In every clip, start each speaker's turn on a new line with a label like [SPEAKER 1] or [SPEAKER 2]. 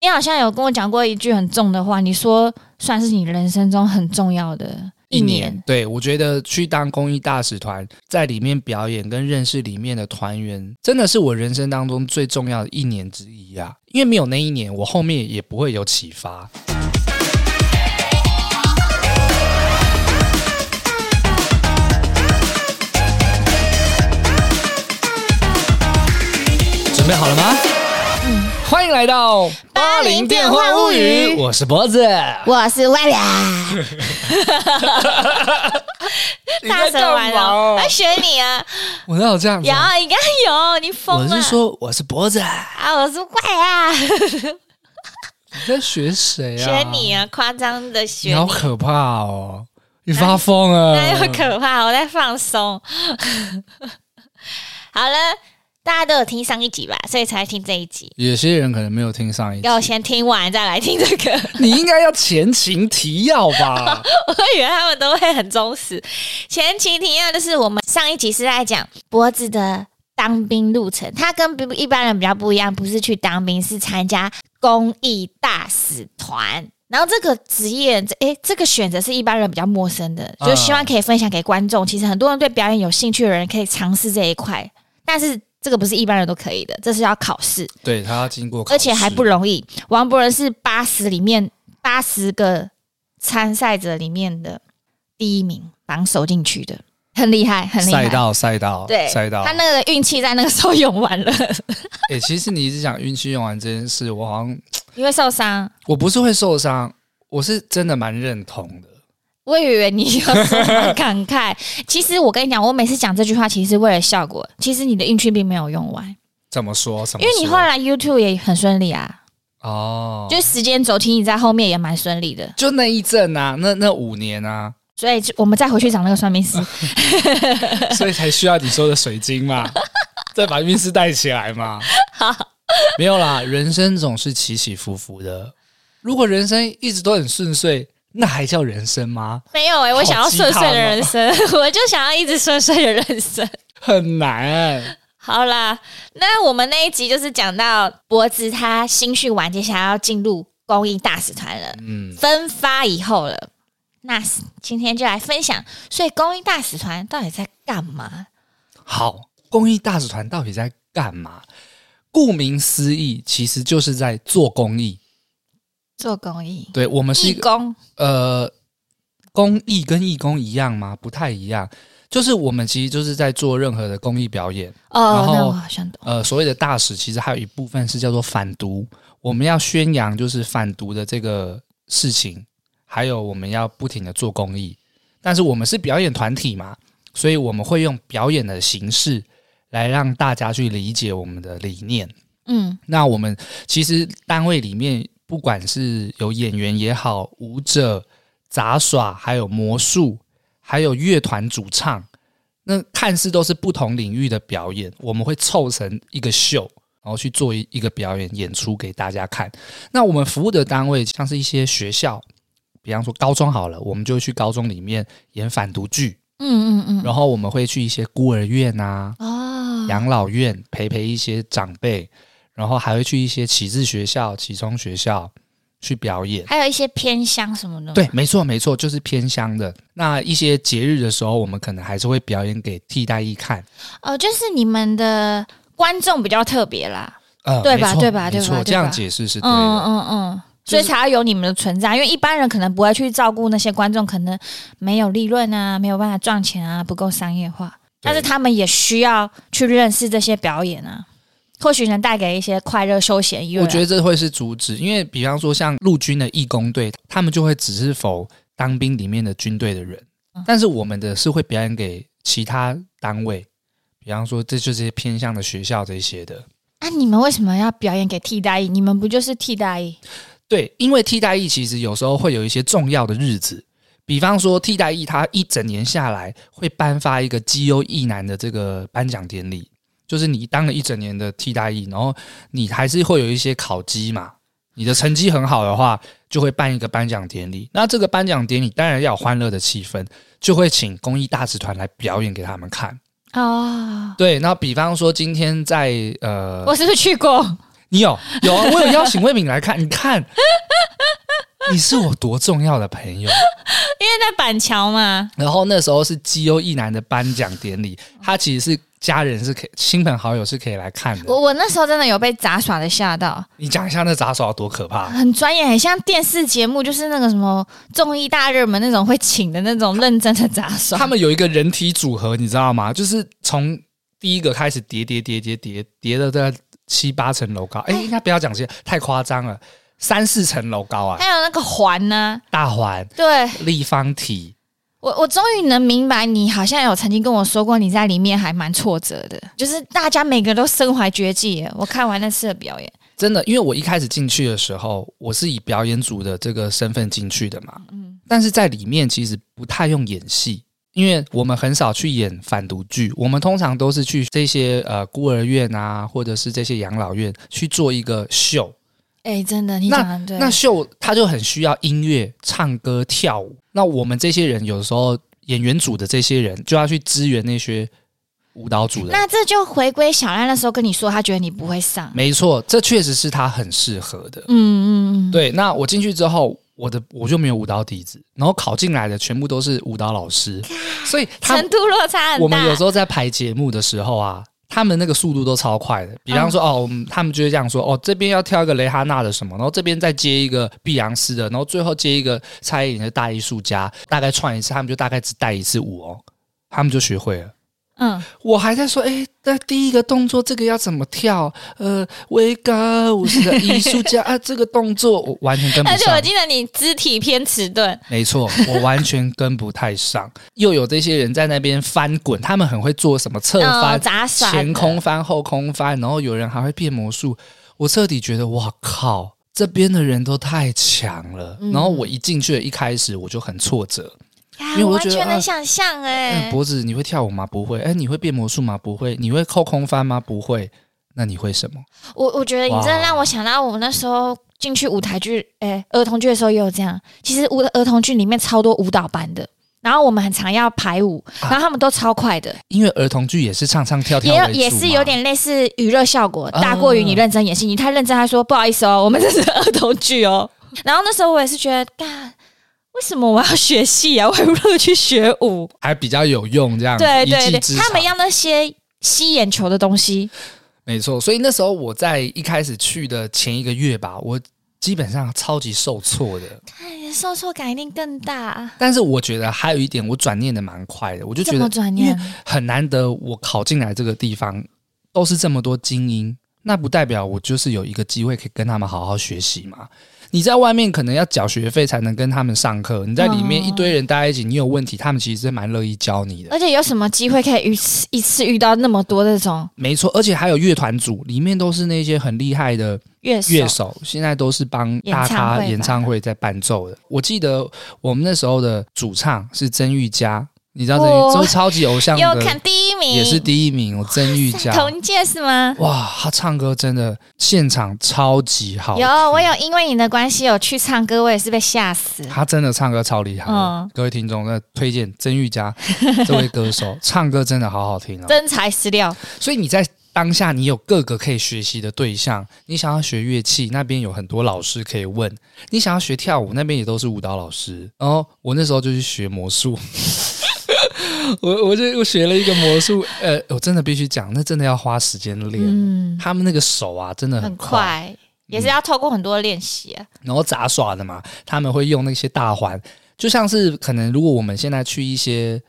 [SPEAKER 1] 你好像有跟我讲过一句很重的话，你说算是你人生中很重要的一年。
[SPEAKER 2] 对我觉得去当公益大使团，在里面表演跟认识里面的团员，真的是我人生当中最重要的一年之一啊！因为没有那一年，我后面也不会有启发。准备好了吗？欢迎来到
[SPEAKER 1] 嗯巴黎电幻物语
[SPEAKER 2] 我是脖子。
[SPEAKER 1] 我是外表，
[SPEAKER 2] 你
[SPEAKER 1] 大
[SPEAKER 2] 在
[SPEAKER 1] 神完
[SPEAKER 2] 干嘛
[SPEAKER 1] 了，
[SPEAKER 2] 哦
[SPEAKER 1] 来？学你啊！
[SPEAKER 2] 我哪有这样子
[SPEAKER 1] 有
[SPEAKER 2] 啊？，
[SPEAKER 1] 应该有，你疯啊
[SPEAKER 2] 我
[SPEAKER 1] 了？
[SPEAKER 2] 是说哎我是脖子，
[SPEAKER 1] 啊，我是外啊，
[SPEAKER 2] 你在学谁啊？
[SPEAKER 1] 学你啊，夸张的学
[SPEAKER 2] 你好
[SPEAKER 1] 你，
[SPEAKER 2] 可怕哦！你发疯啊了？
[SPEAKER 1] 那又可怕，我在放松。 好了，大家都有听上一集吧，所以才听这一集。
[SPEAKER 2] 有些人可能没有听上一集，
[SPEAKER 1] 要先听完再来听这个。
[SPEAKER 2] 你应该要前情提要 吧？
[SPEAKER 1] 我以为他们都会很忠实。 前期提要就是我们上一集是在讲脖子的当兵路程，他跟比一般人比较不一样，不是去当兵，是参加公益大使团。然后这个职业，这诶，这个选择是一般人比较陌生的，
[SPEAKER 2] 嗯
[SPEAKER 1] 就希望可以分享给观众。其实很多人对表演有兴趣的人可以尝试这一块，但是这个不是一般人都可以的，这是要考试。
[SPEAKER 2] 对他要经过考试，
[SPEAKER 1] 而且还不容易。王博仁是八十里面八十个参赛者里面的第一名，榜首进去的，很厉害，很厉害。
[SPEAKER 2] 赛道赛道
[SPEAKER 1] 对，
[SPEAKER 2] 赛道。
[SPEAKER 1] 他那个运气在那个时候用完了，
[SPEAKER 2] 哎、其实你一直讲运气用完这件事，我好像
[SPEAKER 1] 因为受伤。
[SPEAKER 2] 我不是会受伤，我是真的蛮认同的。
[SPEAKER 1] 我以为你要说什么感慨， 其实我跟你讲，我每次讲这句话，其实是为了效果。其实你的运气并没有用完，
[SPEAKER 2] 怎么说？怎么
[SPEAKER 1] 因为
[SPEAKER 2] 说？
[SPEAKER 1] 你后来 YouTube 也很顺利啊，
[SPEAKER 2] 哦，
[SPEAKER 1] 就是时间轴听你在后面也蛮顺利的，
[SPEAKER 2] 就那一阵啊，那那五年啊，
[SPEAKER 1] 所以就我们再回去找那个算命师，
[SPEAKER 2] 所以才需要你说的水晶嘛，再把运势带起来嘛。
[SPEAKER 1] 好，
[SPEAKER 2] 没有啦，人生总是起起伏伏的。如果人生一直都很顺遂，那还叫人生吗？
[SPEAKER 1] 没有哎、我想要
[SPEAKER 2] 哦
[SPEAKER 1] 顺遂的人生， 我就想要一直顺遂的人生。
[SPEAKER 2] 很难。欸
[SPEAKER 1] 好啦，那我们那一集就是讲到脖子他新训完，接下来要进入公益大使团了，
[SPEAKER 2] 嗯，
[SPEAKER 1] 分发以后了。那今天就来分享，所以公益大使团到底在干嘛？
[SPEAKER 2] 好，公益大使团到底在干嘛？顾名思义，其实就是在做公益。
[SPEAKER 1] 做公益，
[SPEAKER 2] 对我们是一
[SPEAKER 1] 义
[SPEAKER 2] 个
[SPEAKER 1] 工，
[SPEAKER 2] 呃，公益跟义工一样吗？不太一样，就是我们其实就是在做任何的公益表演。
[SPEAKER 1] 哦
[SPEAKER 2] 然，后
[SPEAKER 1] 那我好像懂。
[SPEAKER 2] 呃，所谓的大使，其实还有一部分是叫做反毒，我们要宣扬就是反毒的这个事情，还有我们要不停的做公益。但是我们是表演团体嘛，所以我们会用表演的形式来让大家去理解我们的理念。
[SPEAKER 1] 嗯，
[SPEAKER 2] 那我们其实单位里面，不管是有演员也好，舞者、杂耍，还有魔术，还有乐团主唱，那看似都是不同领域的表演，我们会凑成一个秀，然后去做一一个表演演出给大家看。那我们服务的单位像是一些学校，比方说高中好了，我们就会去高中里面演反毒剧，
[SPEAKER 1] 嗯嗯嗯，
[SPEAKER 2] 然后我们会去一些孤儿院啊，
[SPEAKER 1] 哦，
[SPEAKER 2] 养老院陪陪一些长辈，然后还会去一些启智学校、启聪学校去表演。
[SPEAKER 1] 还有一些偏乡什么的，
[SPEAKER 2] 对，没错，没错，就是偏乡的。那一些节日的时候，我们可能还是会表演给替代役看。
[SPEAKER 1] 哦，就是你们的观众比较特别啦。
[SPEAKER 2] 呃，
[SPEAKER 1] 对吧
[SPEAKER 2] 没错
[SPEAKER 1] 对吧对吧
[SPEAKER 2] 没错，
[SPEAKER 1] 对吧
[SPEAKER 2] 这样解释是对的。
[SPEAKER 1] 嗯嗯嗯，所以才要有你们的存在，因为一般人可能不会去照顾那些观众，可能没有利润啊，没有办法赚钱啊，不够商业化。但是他们也需要去认识这些表演啊，或许能带给一些快乐、休闲、娱乐。啊
[SPEAKER 2] 我觉得这会是主旨，因为比方说像陆军的义工队，他们就会只是否当兵里面的军队的人，
[SPEAKER 1] 嗯
[SPEAKER 2] 但是我们的是会表演给其他单位，比方说这就是偏向的学校这些的。
[SPEAKER 1] 啊，你们为什么要表演给替代役？你们不就是替代役？
[SPEAKER 2] 对，因为替代役其实有时候会有一些重要的日子，比方说替代役他一整年下来会颁发一个绩优役男的这个颁奖典礼，就是你当了一整年的替代役，然后你还是会有一些考绩嘛，你的成绩很好的话，就会办一个颁奖典礼。那这个颁奖典礼当然要有欢乐的气氛，就会请公益大使团来表演给他们看。
[SPEAKER 1] 哦，
[SPEAKER 2] 对，那比方说今天在呃，
[SPEAKER 1] 我是不是去过？
[SPEAKER 2] 你有有啊，我有邀请魏敏来看，你看，你是我多重要的朋友。
[SPEAKER 1] 因为在板桥嘛，
[SPEAKER 2] 然后那时候是基优一男的颁奖典礼，他其实是家人是可以，亲朋好友是可以来看的。
[SPEAKER 1] 我我那时候真的有被杂耍的吓到，
[SPEAKER 2] 你讲一下那杂耍有多可怕？
[SPEAKER 1] 很专业，很像电视节目，就是那个什么综艺大热门那种会请的那种认真的杂耍
[SPEAKER 2] 他。们有一个人体组合，你知道吗？就是从第一个开始叠叠叠叠叠叠到大概七八层楼高，哎，应该不要讲这些，太夸张了，三四层楼高啊，
[SPEAKER 1] 还有那个环呢、
[SPEAKER 2] 大环、
[SPEAKER 1] 对
[SPEAKER 2] 立方体，
[SPEAKER 1] 我，我终于能明白，你好像有曾经跟我说过，你在里面还蛮挫折的，就是大家每个都身怀绝技耶。我看完那次的表演，
[SPEAKER 2] 真的，因为我一开始进去的时候，我是以表演组的这个身份进去的嘛，嗯，但是在里面其实不太用演戏，因为我们很少去演反毒剧，我们通常都是去这些呃孤儿院啊，或者是这些养老院去做一个秀。
[SPEAKER 1] 哎，真的，你讲的对，
[SPEAKER 2] 那秀它就很需要音乐、唱歌、跳舞。那我们这些人有时候演员组的这些人就要去支援那些舞蹈组的人。
[SPEAKER 1] 那这就回归小赖那时候跟你说，他觉得你不会上。
[SPEAKER 2] 没错，这确实是他很适合的。
[SPEAKER 1] 嗯嗯嗯，
[SPEAKER 2] 对，那我进去之后，我的我就没有舞蹈底子，然后考进来的全部都是舞蹈老师，所以他
[SPEAKER 1] 程度落差很大。
[SPEAKER 2] 我们有时候在排节目的时候啊，他们那个速度都超快的。比
[SPEAKER 1] 嗯
[SPEAKER 2] 方说，哦，我们他们就会这样说，哦，这边要跳一个蕾哈娜的什么，然后这边再接一个碧昂斯的，然后最后接一个蔡依林的大艺术家，大概串一次，他们就大概只带一次舞哦，他们就学会了。
[SPEAKER 1] 嗯，
[SPEAKER 2] 我还在说，哎，那第一个动作这个要怎么跳？呃，威高我是个艺术家啊，这个动作我完全跟不
[SPEAKER 1] 而且我
[SPEAKER 2] 上。
[SPEAKER 1] 记得你肢体偏迟钝，
[SPEAKER 2] 没错，我完全跟不太上。 又有这些人在那边翻滚，他们很会做什么侧翻、
[SPEAKER 1] 嗯，杂耍的
[SPEAKER 2] 前空翻、后空翻，然后有人还会变魔术。我彻底觉得，哇靠，这边的人都太强了。然后我一进去，一开始我就很挫折。
[SPEAKER 1] 呀
[SPEAKER 2] 因为我
[SPEAKER 1] 完
[SPEAKER 2] 觉得
[SPEAKER 1] 全能
[SPEAKER 2] 啊
[SPEAKER 1] 想象哎、
[SPEAKER 2] 嗯，脖子你会跳舞吗？不会。哎，你会变魔术吗？不会。你会后空翻吗？不会。那你会什么？
[SPEAKER 1] 我我觉得你真的
[SPEAKER 2] 哇
[SPEAKER 1] 让我想到我们那时候进去舞台剧，哎、儿童剧的时候也有这样。其实舞儿童剧里面超多舞蹈班的，然后我们很常要排舞，然后他们都超快的，
[SPEAKER 2] 因为儿童剧也是唱唱跳啊跳
[SPEAKER 1] 也有
[SPEAKER 2] 为
[SPEAKER 1] 也
[SPEAKER 2] 主
[SPEAKER 1] 是
[SPEAKER 2] 嘛
[SPEAKER 1] 有点类似娱乐效果，
[SPEAKER 2] 啊
[SPEAKER 1] 大过于你认真演戏。你太认真，他说不好意思哦，我们这是儿童剧哦。然后那时候我也是觉得，干。为什么我要学戏啊？我还不如去学舞。
[SPEAKER 2] 还比较有用这样子。
[SPEAKER 1] 对
[SPEAKER 2] 啊一
[SPEAKER 1] 对
[SPEAKER 2] 技
[SPEAKER 1] 对
[SPEAKER 2] 之，
[SPEAKER 1] 他
[SPEAKER 2] 长
[SPEAKER 1] 们要那些吸眼球的东西。
[SPEAKER 2] 没错，所以那时候我在一开始去的前一个月吧，我基本上超级受挫的。
[SPEAKER 1] 哎，受挫感一定更大。啊
[SPEAKER 2] 但是我觉得还有一点，我转念的蛮快的，我就
[SPEAKER 1] 这
[SPEAKER 2] 觉
[SPEAKER 1] 么
[SPEAKER 2] 得
[SPEAKER 1] 转念？
[SPEAKER 2] 很难得，我考进来这个地方都是这么多精英，那不代表我就是有一个机会可以跟他们好好学习嘛。你在外面可能要缴学费才能跟他们上课，你在里面
[SPEAKER 1] 哦
[SPEAKER 2] 一堆人待在一起，你有问题，他们其实是蛮乐意教你的。
[SPEAKER 1] 而且有什么机会可以一次一次遇到那么多这种
[SPEAKER 2] 没错，而且还有乐团组，里面都是那些很厉害的
[SPEAKER 1] 乐手？
[SPEAKER 2] 乐手现在都是帮大咖
[SPEAKER 1] 演
[SPEAKER 2] 演
[SPEAKER 1] 唱
[SPEAKER 2] 唱会在伴奏的。我记得我们那时候的主唱是曾玉佳，你知道曾
[SPEAKER 1] 哦
[SPEAKER 2] 玉，这是超级 偶像
[SPEAKER 1] 又看
[SPEAKER 2] 的，
[SPEAKER 1] 第一名，
[SPEAKER 2] 也是第一名。我曾玉佳，
[SPEAKER 1] 同一届是吗？
[SPEAKER 2] 哇，他唱歌真的现场超级好听，
[SPEAKER 1] 有，我有因为你的关系有去唱歌，我也是被吓死。
[SPEAKER 2] 他真的唱歌超厉害的。
[SPEAKER 1] 嗯
[SPEAKER 2] 各位听众，那推荐曾玉佳这位歌 手，唱歌真的好好听哦。
[SPEAKER 1] 真材实料，
[SPEAKER 2] 所以你在当下，你有各个可以学习的对象。你想要学乐器，那边有很多老师可以问；你想要学跳舞，那边也都是舞蹈老师。然后我那时候就去学魔术， 我我就我学了一个魔术，呃，我真的必须讲，那真的要花时间练。
[SPEAKER 1] 嗯，
[SPEAKER 2] 他们那个手啊，真的
[SPEAKER 1] 很
[SPEAKER 2] 快。
[SPEAKER 1] 快，也是要透过很多练习啊。
[SPEAKER 2] 然后杂耍的嘛，他们会用那些大环，就像是可能如果我们现在去一些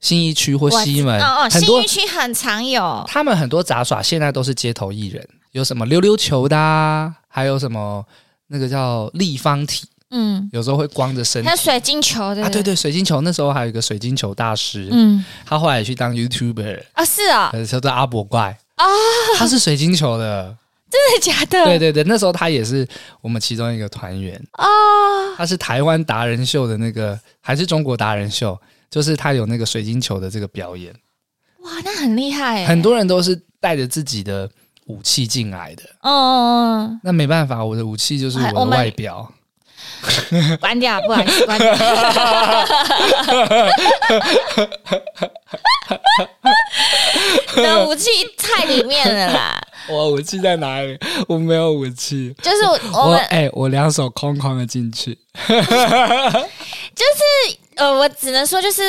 [SPEAKER 2] 新一区或西门，
[SPEAKER 1] 哦哦，
[SPEAKER 2] 很多
[SPEAKER 1] 新一区很常有，
[SPEAKER 2] 他们很多杂耍现在都是街头艺人，有什么溜溜球的、啊，还有什么那个叫立方体，
[SPEAKER 1] 嗯，
[SPEAKER 2] 有时候会光着身体
[SPEAKER 1] 还有水晶球的，
[SPEAKER 2] 啊，对，对，水晶球那时候还有一个水晶球大师，
[SPEAKER 1] 嗯，
[SPEAKER 2] 他后来也去当 YouTuber，
[SPEAKER 1] 哦，是哦，
[SPEAKER 2] 呃，叫做阿伯怪啊，他是水晶球的，
[SPEAKER 1] 真的假的？
[SPEAKER 2] 对对对，那时候他也是我们其中一个团员，
[SPEAKER 1] 哦，
[SPEAKER 2] 他是台湾达人秀的那个，还是中国达人秀，就是他有那个水晶球的这个表演，
[SPEAKER 1] 哇，那很厉害耶，
[SPEAKER 2] 很多人都是带着自己的武器进来的。
[SPEAKER 1] 嗯，嗯嗯
[SPEAKER 2] 那没办法，我的武器就是我
[SPEAKER 1] 哎我
[SPEAKER 2] 的
[SPEAKER 1] 们
[SPEAKER 2] 外 表。
[SPEAKER 1] 嗯，关掉，不好意思，关掉。 你的武器太里面了啦。
[SPEAKER 2] 我武器在哪里？ 我没有武器。
[SPEAKER 1] 就是我
[SPEAKER 2] 我
[SPEAKER 1] 们
[SPEAKER 2] 哎、我两手空空的进去。
[SPEAKER 1] 呃，我只能说就是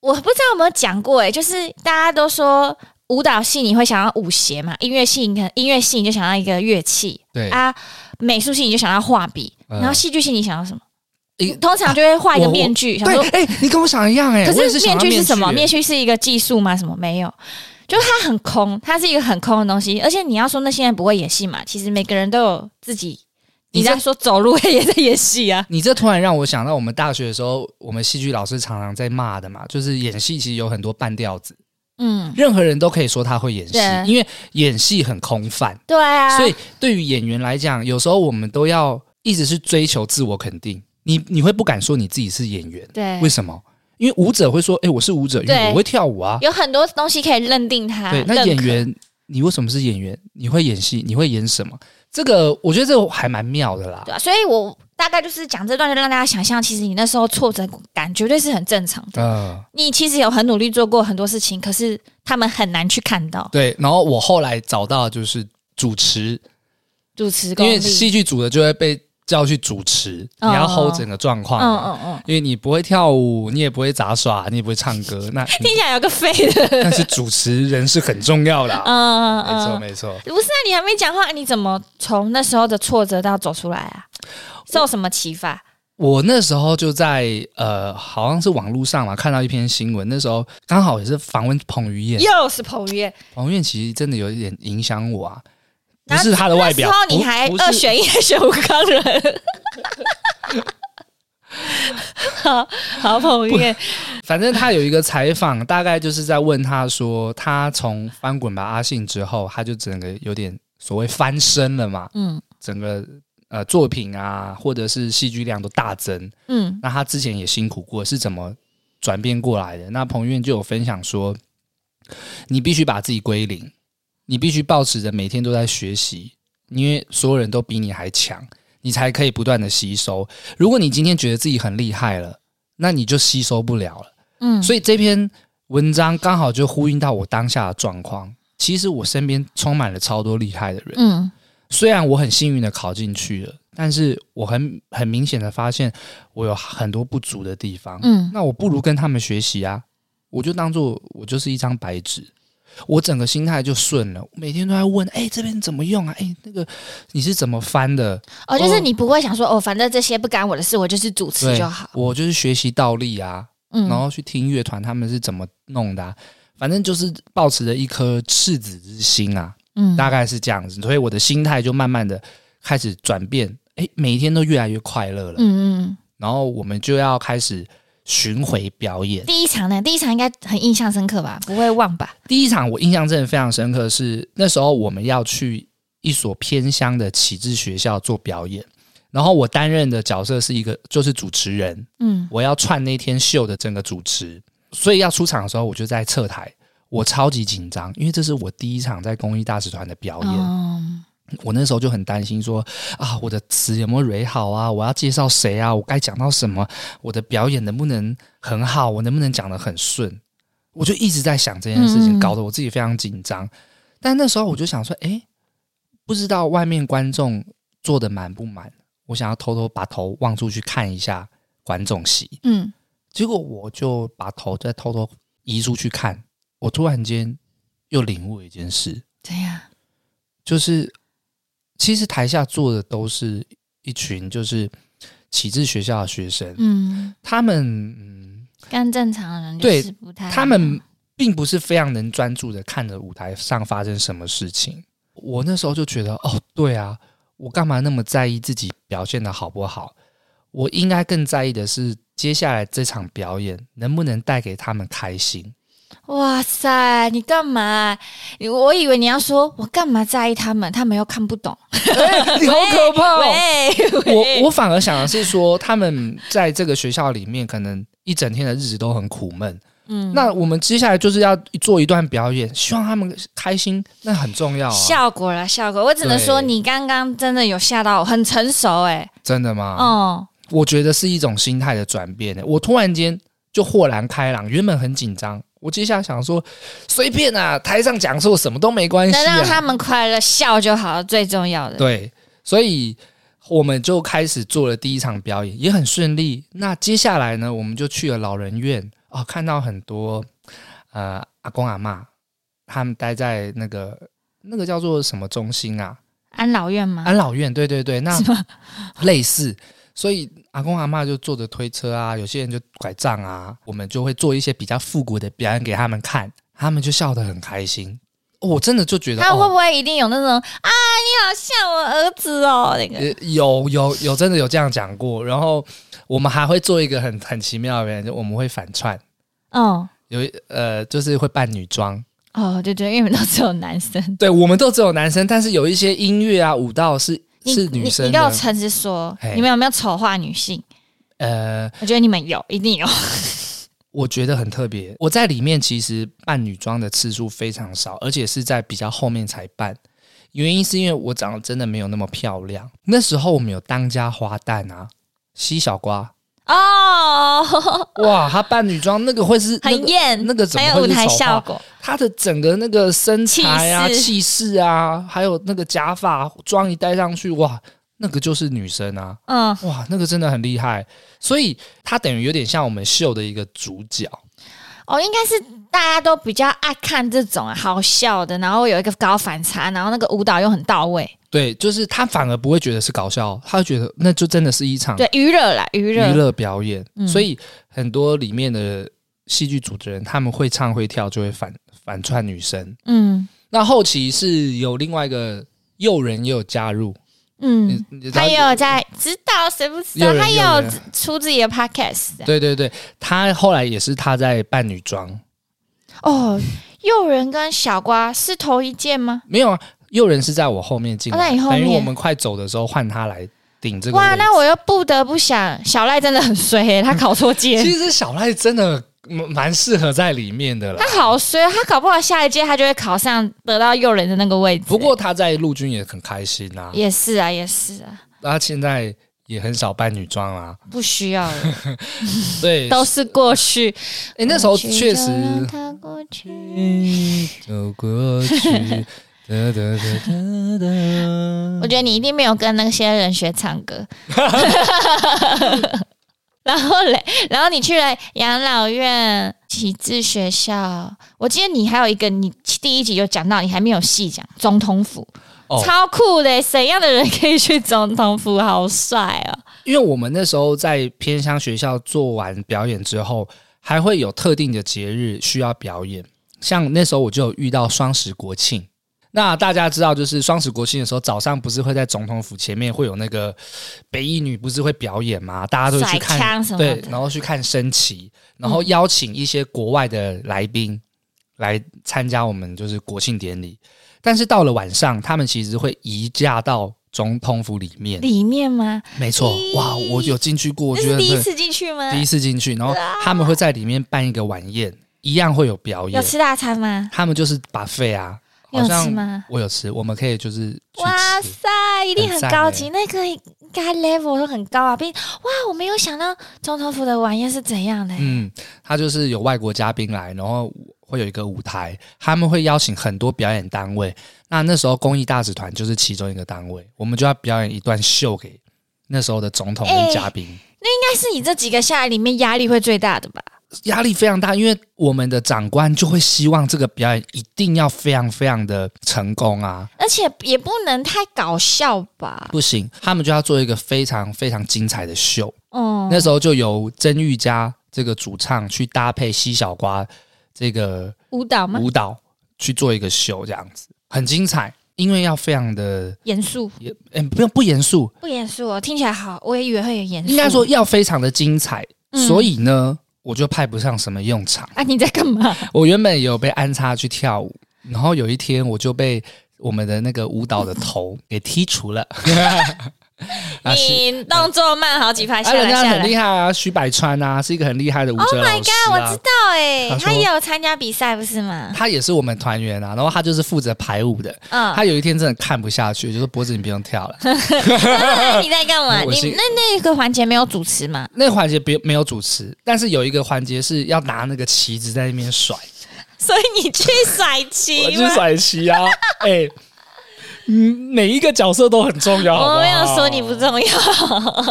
[SPEAKER 1] 我不知道有没有讲过哎、就是大家都说舞蹈系你会想要舞鞋嘛，音乐系你可能音乐系你就想要一个乐器
[SPEAKER 2] 对，
[SPEAKER 1] 啊，美术系你就想要画笔，
[SPEAKER 2] 嗯
[SPEAKER 1] 然后戏剧系你想要什么？
[SPEAKER 2] 一
[SPEAKER 1] 通常就会画一个
[SPEAKER 2] 我我
[SPEAKER 1] 面具，想
[SPEAKER 2] 对
[SPEAKER 1] 说，
[SPEAKER 2] 哎、你跟我想一样哎、
[SPEAKER 1] 可
[SPEAKER 2] 我也是
[SPEAKER 1] 是
[SPEAKER 2] 想
[SPEAKER 1] 面
[SPEAKER 2] 要
[SPEAKER 1] 具是什么？
[SPEAKER 2] 欸
[SPEAKER 1] 面具是一个技术吗？什么没有？就是它很空，它是一个很空的东西。而且你要说那些人不会演戏嘛，其实每个人都有自己。
[SPEAKER 2] 你
[SPEAKER 1] 你
[SPEAKER 2] 这
[SPEAKER 1] 在说走路也在演戏 啊？
[SPEAKER 2] 你这突然让我想到，我们大学的时候，我们戏剧老师常常在骂的嘛，就是演戏其实有很多半调子，
[SPEAKER 1] 嗯，
[SPEAKER 2] 任何人都可以说他会演戏
[SPEAKER 1] 对，
[SPEAKER 2] 因为演戏很空泛，
[SPEAKER 1] 对啊。
[SPEAKER 2] 所以对于演员来讲，有时候我们都要一直去追求自我肯定。你你会不敢说你自己是演员，
[SPEAKER 1] 对
[SPEAKER 2] 为，什么？因为舞者会说：“哎、我是舞者，因为
[SPEAKER 1] 哎对
[SPEAKER 2] 我会跳舞啊。
[SPEAKER 1] 有很多东西可以认定他。
[SPEAKER 2] 对，那
[SPEAKER 1] 认
[SPEAKER 2] 演
[SPEAKER 1] 可
[SPEAKER 2] 员，你为什么是演员？你会演戏，你会演什么？这个我觉得这个还蛮妙的啦
[SPEAKER 1] 对。啊，所以我大概就是讲这段，就让大家想象，其实你那时候挫折感绝对是很正常的。
[SPEAKER 2] 嗯、
[SPEAKER 1] 你其实有很努力做过很多事情，可是他们很难去看到
[SPEAKER 2] 对。然后我后来找到就是主持，
[SPEAKER 1] 主持
[SPEAKER 2] 因
[SPEAKER 1] 功
[SPEAKER 2] 为
[SPEAKER 1] 力。
[SPEAKER 2] 戏剧组的就会被叫去主持，
[SPEAKER 1] 哦
[SPEAKER 2] 你要 hold 整个状况
[SPEAKER 1] 嗯
[SPEAKER 2] 嘛。
[SPEAKER 1] 嗯嗯，
[SPEAKER 2] 因为你不会跳舞，你也不会杂耍，你也不会唱歌，那
[SPEAKER 1] 听起来有个废的。
[SPEAKER 2] 但是主持人是很重要的啊、
[SPEAKER 1] 嗯
[SPEAKER 2] 没错
[SPEAKER 1] 嗯嗯，
[SPEAKER 2] 没错。
[SPEAKER 1] 不是啊，你还没讲话，你怎么从那时候的挫折到走出来啊？受什么启发？
[SPEAKER 2] 我那时候就在呃，好像是网络上嘛看到一篇新闻，那时候刚好也是访问彭于晏，
[SPEAKER 1] 又是彭于晏，
[SPEAKER 2] 彭于晏其实真的有一点影响我啊，不
[SPEAKER 1] 那
[SPEAKER 2] 是他的外
[SPEAKER 1] 那时
[SPEAKER 2] 表，
[SPEAKER 1] 候你
[SPEAKER 2] 不
[SPEAKER 1] 还
[SPEAKER 2] 不
[SPEAKER 1] 二
[SPEAKER 2] 是
[SPEAKER 1] 选一，还选吴康 仁。好好，彭于晏，
[SPEAKER 2] 反正他有一个采访，大概就是在问他说，他从翻滚吧阿信之后，他就整个有点所谓翻身了嘛，
[SPEAKER 1] 嗯
[SPEAKER 2] 整个呃作品啊，或者是戏剧量都大增。
[SPEAKER 1] 嗯，
[SPEAKER 2] 那他之前也辛苦过，是怎么转变过来的？那彭于晏就有分享说，你必须把自己归零，你必须保持着每天都在学习，因为所有人都比你还强，你才可以不断的吸收。如果你今天觉得自己很厉害了，那你就吸收不了了。
[SPEAKER 1] 嗯，
[SPEAKER 2] 所以这篇文章刚好就呼应到我当下的状况。其实我身边充满了超多厉害的人，
[SPEAKER 1] 嗯，
[SPEAKER 2] 虽然我很幸运的考进去了，但是我很很明显的发现我有很多不足的地方。
[SPEAKER 1] 嗯
[SPEAKER 2] 那我不如跟他们学习啊，我就当做我就是一张白纸。我整个心态就顺了，每天都在问，哎、这边怎么用啊？哎、那个你是怎么翻的？
[SPEAKER 1] 哦，就是
[SPEAKER 2] 哦
[SPEAKER 1] 你不会想说哦，反正这些不干我的事，我就是主持就好。
[SPEAKER 2] 我就是学习倒立啊，
[SPEAKER 1] 嗯，
[SPEAKER 2] 然后去听乐团他们是怎么弄的啊、反正就是抱持着一颗赤子之心啊，
[SPEAKER 1] 嗯
[SPEAKER 2] 大概是这样子，所以我的心态就慢慢的开始转变，诶，每一天都越来越快乐了。
[SPEAKER 1] 嗯嗯，
[SPEAKER 2] 然后我们就要开始巡回表演。
[SPEAKER 1] 第一场呢，第一场应该很印象深刻吧，不会忘吧？
[SPEAKER 2] 第一场我印象真的非常深刻是，那时候我们要去一所偏乡的启智学校做表演，然后我担任的角色是一个就是主持人，
[SPEAKER 1] 嗯
[SPEAKER 2] 我要串那天秀的整个主持，所以要出场的时候我就在侧台，我超级紧张，因为这是我第一场在公益大使团的表演，
[SPEAKER 1] 嗯
[SPEAKER 2] 我那时候就很担心说啊，我的词有没有蕊好啊？我要介绍谁啊？我该讲到什么？我的表演能不能很好？我能不能讲得很顺？我就一直在想这件
[SPEAKER 1] 嗯
[SPEAKER 2] 事
[SPEAKER 1] 嗯嗯
[SPEAKER 2] 情，搞得我自己非常紧张。但那时候我就想说，诶，不知道外面观众坐的满不满？我想要偷偷把头望出去看一下观众席。
[SPEAKER 1] 嗯，
[SPEAKER 2] 结果我就把头再偷偷移出去看，我突然间又领悟一件事，
[SPEAKER 1] 怎样？
[SPEAKER 2] 就是其实台下坐的都是一群就是启智学校的学生，
[SPEAKER 1] 嗯，
[SPEAKER 2] 他们嗯，
[SPEAKER 1] 跟正常人就是不太一样
[SPEAKER 2] 他们并不是非常能专注的看着舞台上发生什么事情。我那时候就觉得，哦，对啊，我干嘛那么在意自己表现的好不好？我应该更在意的是接下来这场表演能不能带给他们开心。
[SPEAKER 1] 哇塞，你干嘛？你我以为你要说我干嘛在意他们，他们又看不懂。
[SPEAKER 2] 你好可怕
[SPEAKER 1] 哎
[SPEAKER 2] 哦
[SPEAKER 1] 喂，
[SPEAKER 2] 我我反而想的是说，他们在这个学校里面，可能一整天的日子都很苦闷。
[SPEAKER 1] 嗯，
[SPEAKER 2] 那我们接下来就是要做一段表演，希望他们开心，那很重要啊。
[SPEAKER 1] 效果啦，效果。我只能说
[SPEAKER 2] 对
[SPEAKER 1] 你刚刚真的有吓到我，很成熟哎。
[SPEAKER 2] 真的吗？
[SPEAKER 1] 哦，
[SPEAKER 2] 欸我觉得是一种心态的转变。我突然间就豁然开朗，原本很紧张，我接下来想说，随便啊，台上讲错什么都没关系、
[SPEAKER 1] 能让
[SPEAKER 2] 啊
[SPEAKER 1] 他。们快乐笑就好了，最重要的。
[SPEAKER 2] 对，所以我们就开始做了第一场表演，也很顺利。那接下来呢，我们就去了老人院哦，看到很多呃阿公阿嬷，他们待在那个那个叫做什么中心啊？
[SPEAKER 1] 安老院吗？
[SPEAKER 2] 安老院，对对 对，那类似。所以阿公阿嬷就坐着推车啊，有些人就拐杖啊，我们就会做一些比较复古的表演给他们看，他们就笑得很开心。哦我真的就觉得，
[SPEAKER 1] 他
[SPEAKER 2] 哦
[SPEAKER 1] 会不会一定有那种啊，你好像我儿子哦，那个
[SPEAKER 2] 呃，有有有，真的有这样讲过。然后我们还会做一个很很奇妙的表演，就我们会反串，
[SPEAKER 1] 哦
[SPEAKER 2] 有一呃，就是会扮女装。
[SPEAKER 1] 哦，对对，因为你们都只有男生，
[SPEAKER 2] 对，我们都只有男生，但是有一些音乐啊、舞蹈是
[SPEAKER 1] 你
[SPEAKER 2] 是女
[SPEAKER 1] 你
[SPEAKER 2] 生
[SPEAKER 1] 你跟我
[SPEAKER 2] 的。
[SPEAKER 1] 诚实说
[SPEAKER 2] 嘿，
[SPEAKER 1] 你们有没有丑化女性？
[SPEAKER 2] 呃，
[SPEAKER 1] 我觉得你们有，一定有。
[SPEAKER 2] 我觉得很特别。我在里面其实扮女装的次数非常少，而且是在比较后面才扮。原因是因为我长得真的没有那么漂亮。那时候我们有当家花旦啊，西小瓜，
[SPEAKER 1] 哦，
[SPEAKER 2] 哇，她扮女装那个会是、那
[SPEAKER 1] 很
[SPEAKER 2] 个
[SPEAKER 1] 艳，
[SPEAKER 2] 那个怎么
[SPEAKER 1] 还有舞
[SPEAKER 2] 会是
[SPEAKER 1] 台
[SPEAKER 2] 丑化
[SPEAKER 1] 效果，
[SPEAKER 2] 他的整个那个身材啊、
[SPEAKER 1] 气势
[SPEAKER 2] 气势啊，还有那个假发妆一戴上去，哇，那个就是女生啊，
[SPEAKER 1] 嗯，
[SPEAKER 2] 哇，那个真的很厉害。所以她等于有点像我们秀的一个主角，
[SPEAKER 1] 哦，应该是大家都比较爱看这种好笑的，然后有一个高反差，然后那个舞蹈又很到位，
[SPEAKER 2] 对，就是她反而不会觉得是搞笑，她会觉得那就真的是一场
[SPEAKER 1] 对，娱乐啦，嗯娱
[SPEAKER 2] 娱
[SPEAKER 1] 乐，
[SPEAKER 2] 乐表演。
[SPEAKER 1] 嗯
[SPEAKER 2] 所以很多里面的戏剧组的人，他们会唱会跳，就会反反串女生。
[SPEAKER 1] 嗯
[SPEAKER 2] 那后期是有另外一个诱人也有加入，
[SPEAKER 1] 嗯
[SPEAKER 2] 你，你知道
[SPEAKER 1] 他也有在知道谁不知
[SPEAKER 2] 诱
[SPEAKER 1] 道，
[SPEAKER 2] 人
[SPEAKER 1] 他也
[SPEAKER 2] 诱
[SPEAKER 1] 有
[SPEAKER 2] 人
[SPEAKER 1] 出自己的 podcast 的
[SPEAKER 2] 对对对，他后来也是他在扮女装，
[SPEAKER 1] 哦。诱人跟小瓜是同一件吗？
[SPEAKER 2] 没有啊，诱人是在我后面进来，
[SPEAKER 1] 哦那你后
[SPEAKER 2] 等
[SPEAKER 1] 面
[SPEAKER 2] 于我们快走的时候换他来顶这个位置。
[SPEAKER 1] 哇，那我又不得不想，小赖真的很衰、欸，他搞 错街，
[SPEAKER 2] 其实小赖真的蛮蛮适合在里面的啦
[SPEAKER 1] 他。好衰，他搞不好下一届他就会考上得到诱人的那个位置。
[SPEAKER 2] 不过他在陆军也很开心啊，
[SPEAKER 1] 也是啊，也是啊，
[SPEAKER 2] 他现在也很少扮女装啦、
[SPEAKER 1] 不需要 了，
[SPEAKER 2] 对，
[SPEAKER 1] 都是过去。
[SPEAKER 2] 哎、那时候确实，
[SPEAKER 1] 他过去。
[SPEAKER 2] 嗯， 走 过去，哒哒哒哒哒
[SPEAKER 1] 我觉得你一定没有跟那些人学唱 歌。然后嘞，然后你去了养老院、启智学校。我记得你还有一个，你第一集有讲到，你还没有细讲总统府，
[SPEAKER 2] 哦
[SPEAKER 1] 超酷的！怎样的人可以去总统府？好帅哦！
[SPEAKER 2] 因为我们那时候在偏乡学校做完表演之后，还会有特定的节日需要表演，像那时候我就有遇到双十国庆。那大家知道，就是双十国庆的时候，早上不是会在总统府前面会有那个北一女不是会表演吗？大家都会去
[SPEAKER 1] 甩
[SPEAKER 2] 看
[SPEAKER 1] 枪什，么的
[SPEAKER 2] 对，然后去看升旗，然后邀请一些国外的来宾来参加我们就是国庆典礼。但是到了晚上，他们其实会移驾到总统府里面，
[SPEAKER 1] 里面吗？
[SPEAKER 2] 没错，
[SPEAKER 1] 咦
[SPEAKER 2] 哇，我有进去过，我
[SPEAKER 1] 这
[SPEAKER 2] 觉
[SPEAKER 1] 是
[SPEAKER 2] 得
[SPEAKER 1] 第一
[SPEAKER 2] 很
[SPEAKER 1] 次啊进去吗？
[SPEAKER 2] 第一次进去，然后他们会在里面办一个晚宴，一样会有表
[SPEAKER 1] 有
[SPEAKER 2] 演，
[SPEAKER 1] 吃大餐吗？
[SPEAKER 2] 他们就是把费啊，
[SPEAKER 1] 你
[SPEAKER 2] 好
[SPEAKER 1] 有吃
[SPEAKER 2] 像
[SPEAKER 1] 吗
[SPEAKER 2] 我有吃，我们可以就是去
[SPEAKER 1] 哇
[SPEAKER 2] 吃，
[SPEAKER 1] 塞，一定
[SPEAKER 2] 很
[SPEAKER 1] 很
[SPEAKER 2] 赞
[SPEAKER 1] 高
[SPEAKER 2] 欸
[SPEAKER 1] 级，那个应该 level 都很高啊！并哇，我没有想到总统府的晚宴是怎样的欸、
[SPEAKER 2] 嗯，他就是有外国嘉宾来，然后会有一个舞台，他们会邀请很多表演单位，那那时候公益大使团就是其中一个单位，我们就要表演一段秀给那时候的总统跟
[SPEAKER 1] 哎
[SPEAKER 2] 嘉宾。
[SPEAKER 1] 应该是你这几个下来里面压力会最大的吧？
[SPEAKER 2] 压力非常大，因为我们的长官就会希望这个表演一定要非常非常的成功啊，
[SPEAKER 1] 而且也不能太搞笑吧？
[SPEAKER 2] 不行，他们就要做一个非常非常精彩的秀。
[SPEAKER 1] 嗯，
[SPEAKER 2] 那时候就由曾玉佳这个主唱去搭配西小瓜这个
[SPEAKER 1] 舞蹈吗？
[SPEAKER 2] 舞蹈去做一个秀，这样子很精彩，因为要非常的
[SPEAKER 1] 严肃
[SPEAKER 2] 也嗯、不用不严肃，
[SPEAKER 1] 不严肃、哦？听起来好，我也以为会有严肃。
[SPEAKER 2] 应该说要非常的精彩，
[SPEAKER 1] 嗯
[SPEAKER 2] 所以呢，我就派不上什么用场。
[SPEAKER 1] 啊，你在干嘛？
[SPEAKER 2] 我原本也有被安插去跳舞，然后有一天我就被我们的那个舞蹈的头给剔除了。啊是
[SPEAKER 1] 你动作慢好几拍下
[SPEAKER 2] 啊，
[SPEAKER 1] 来
[SPEAKER 2] 人家
[SPEAKER 1] 下
[SPEAKER 2] 很厉
[SPEAKER 1] 来。
[SPEAKER 2] 害啊，徐百川啊，是一个很厉害的舞
[SPEAKER 1] Oh
[SPEAKER 2] 者老
[SPEAKER 1] my
[SPEAKER 2] 师
[SPEAKER 1] god！我
[SPEAKER 2] 啊
[SPEAKER 1] 知。道哎、
[SPEAKER 2] 他说
[SPEAKER 1] 他也有参加比赛不是吗？
[SPEAKER 2] 他也是我们团员啊，然后他就是负责排舞的。
[SPEAKER 1] 嗯，
[SPEAKER 2] 他有一天真的看不下去，就说脖子你不用跳了。
[SPEAKER 1] 你在干嘛？
[SPEAKER 2] 我是
[SPEAKER 1] 你那那个环节没有主持吗？
[SPEAKER 2] 那个环节别没有主持，但是有一个环节是要拿那个旗子在那边甩，
[SPEAKER 1] 所以你去甩旗
[SPEAKER 2] 我
[SPEAKER 1] 吗
[SPEAKER 2] 就？甩旗啊！ 哎、嗯，每一个角色都很重要，好不好
[SPEAKER 1] 我没有说你不。重要，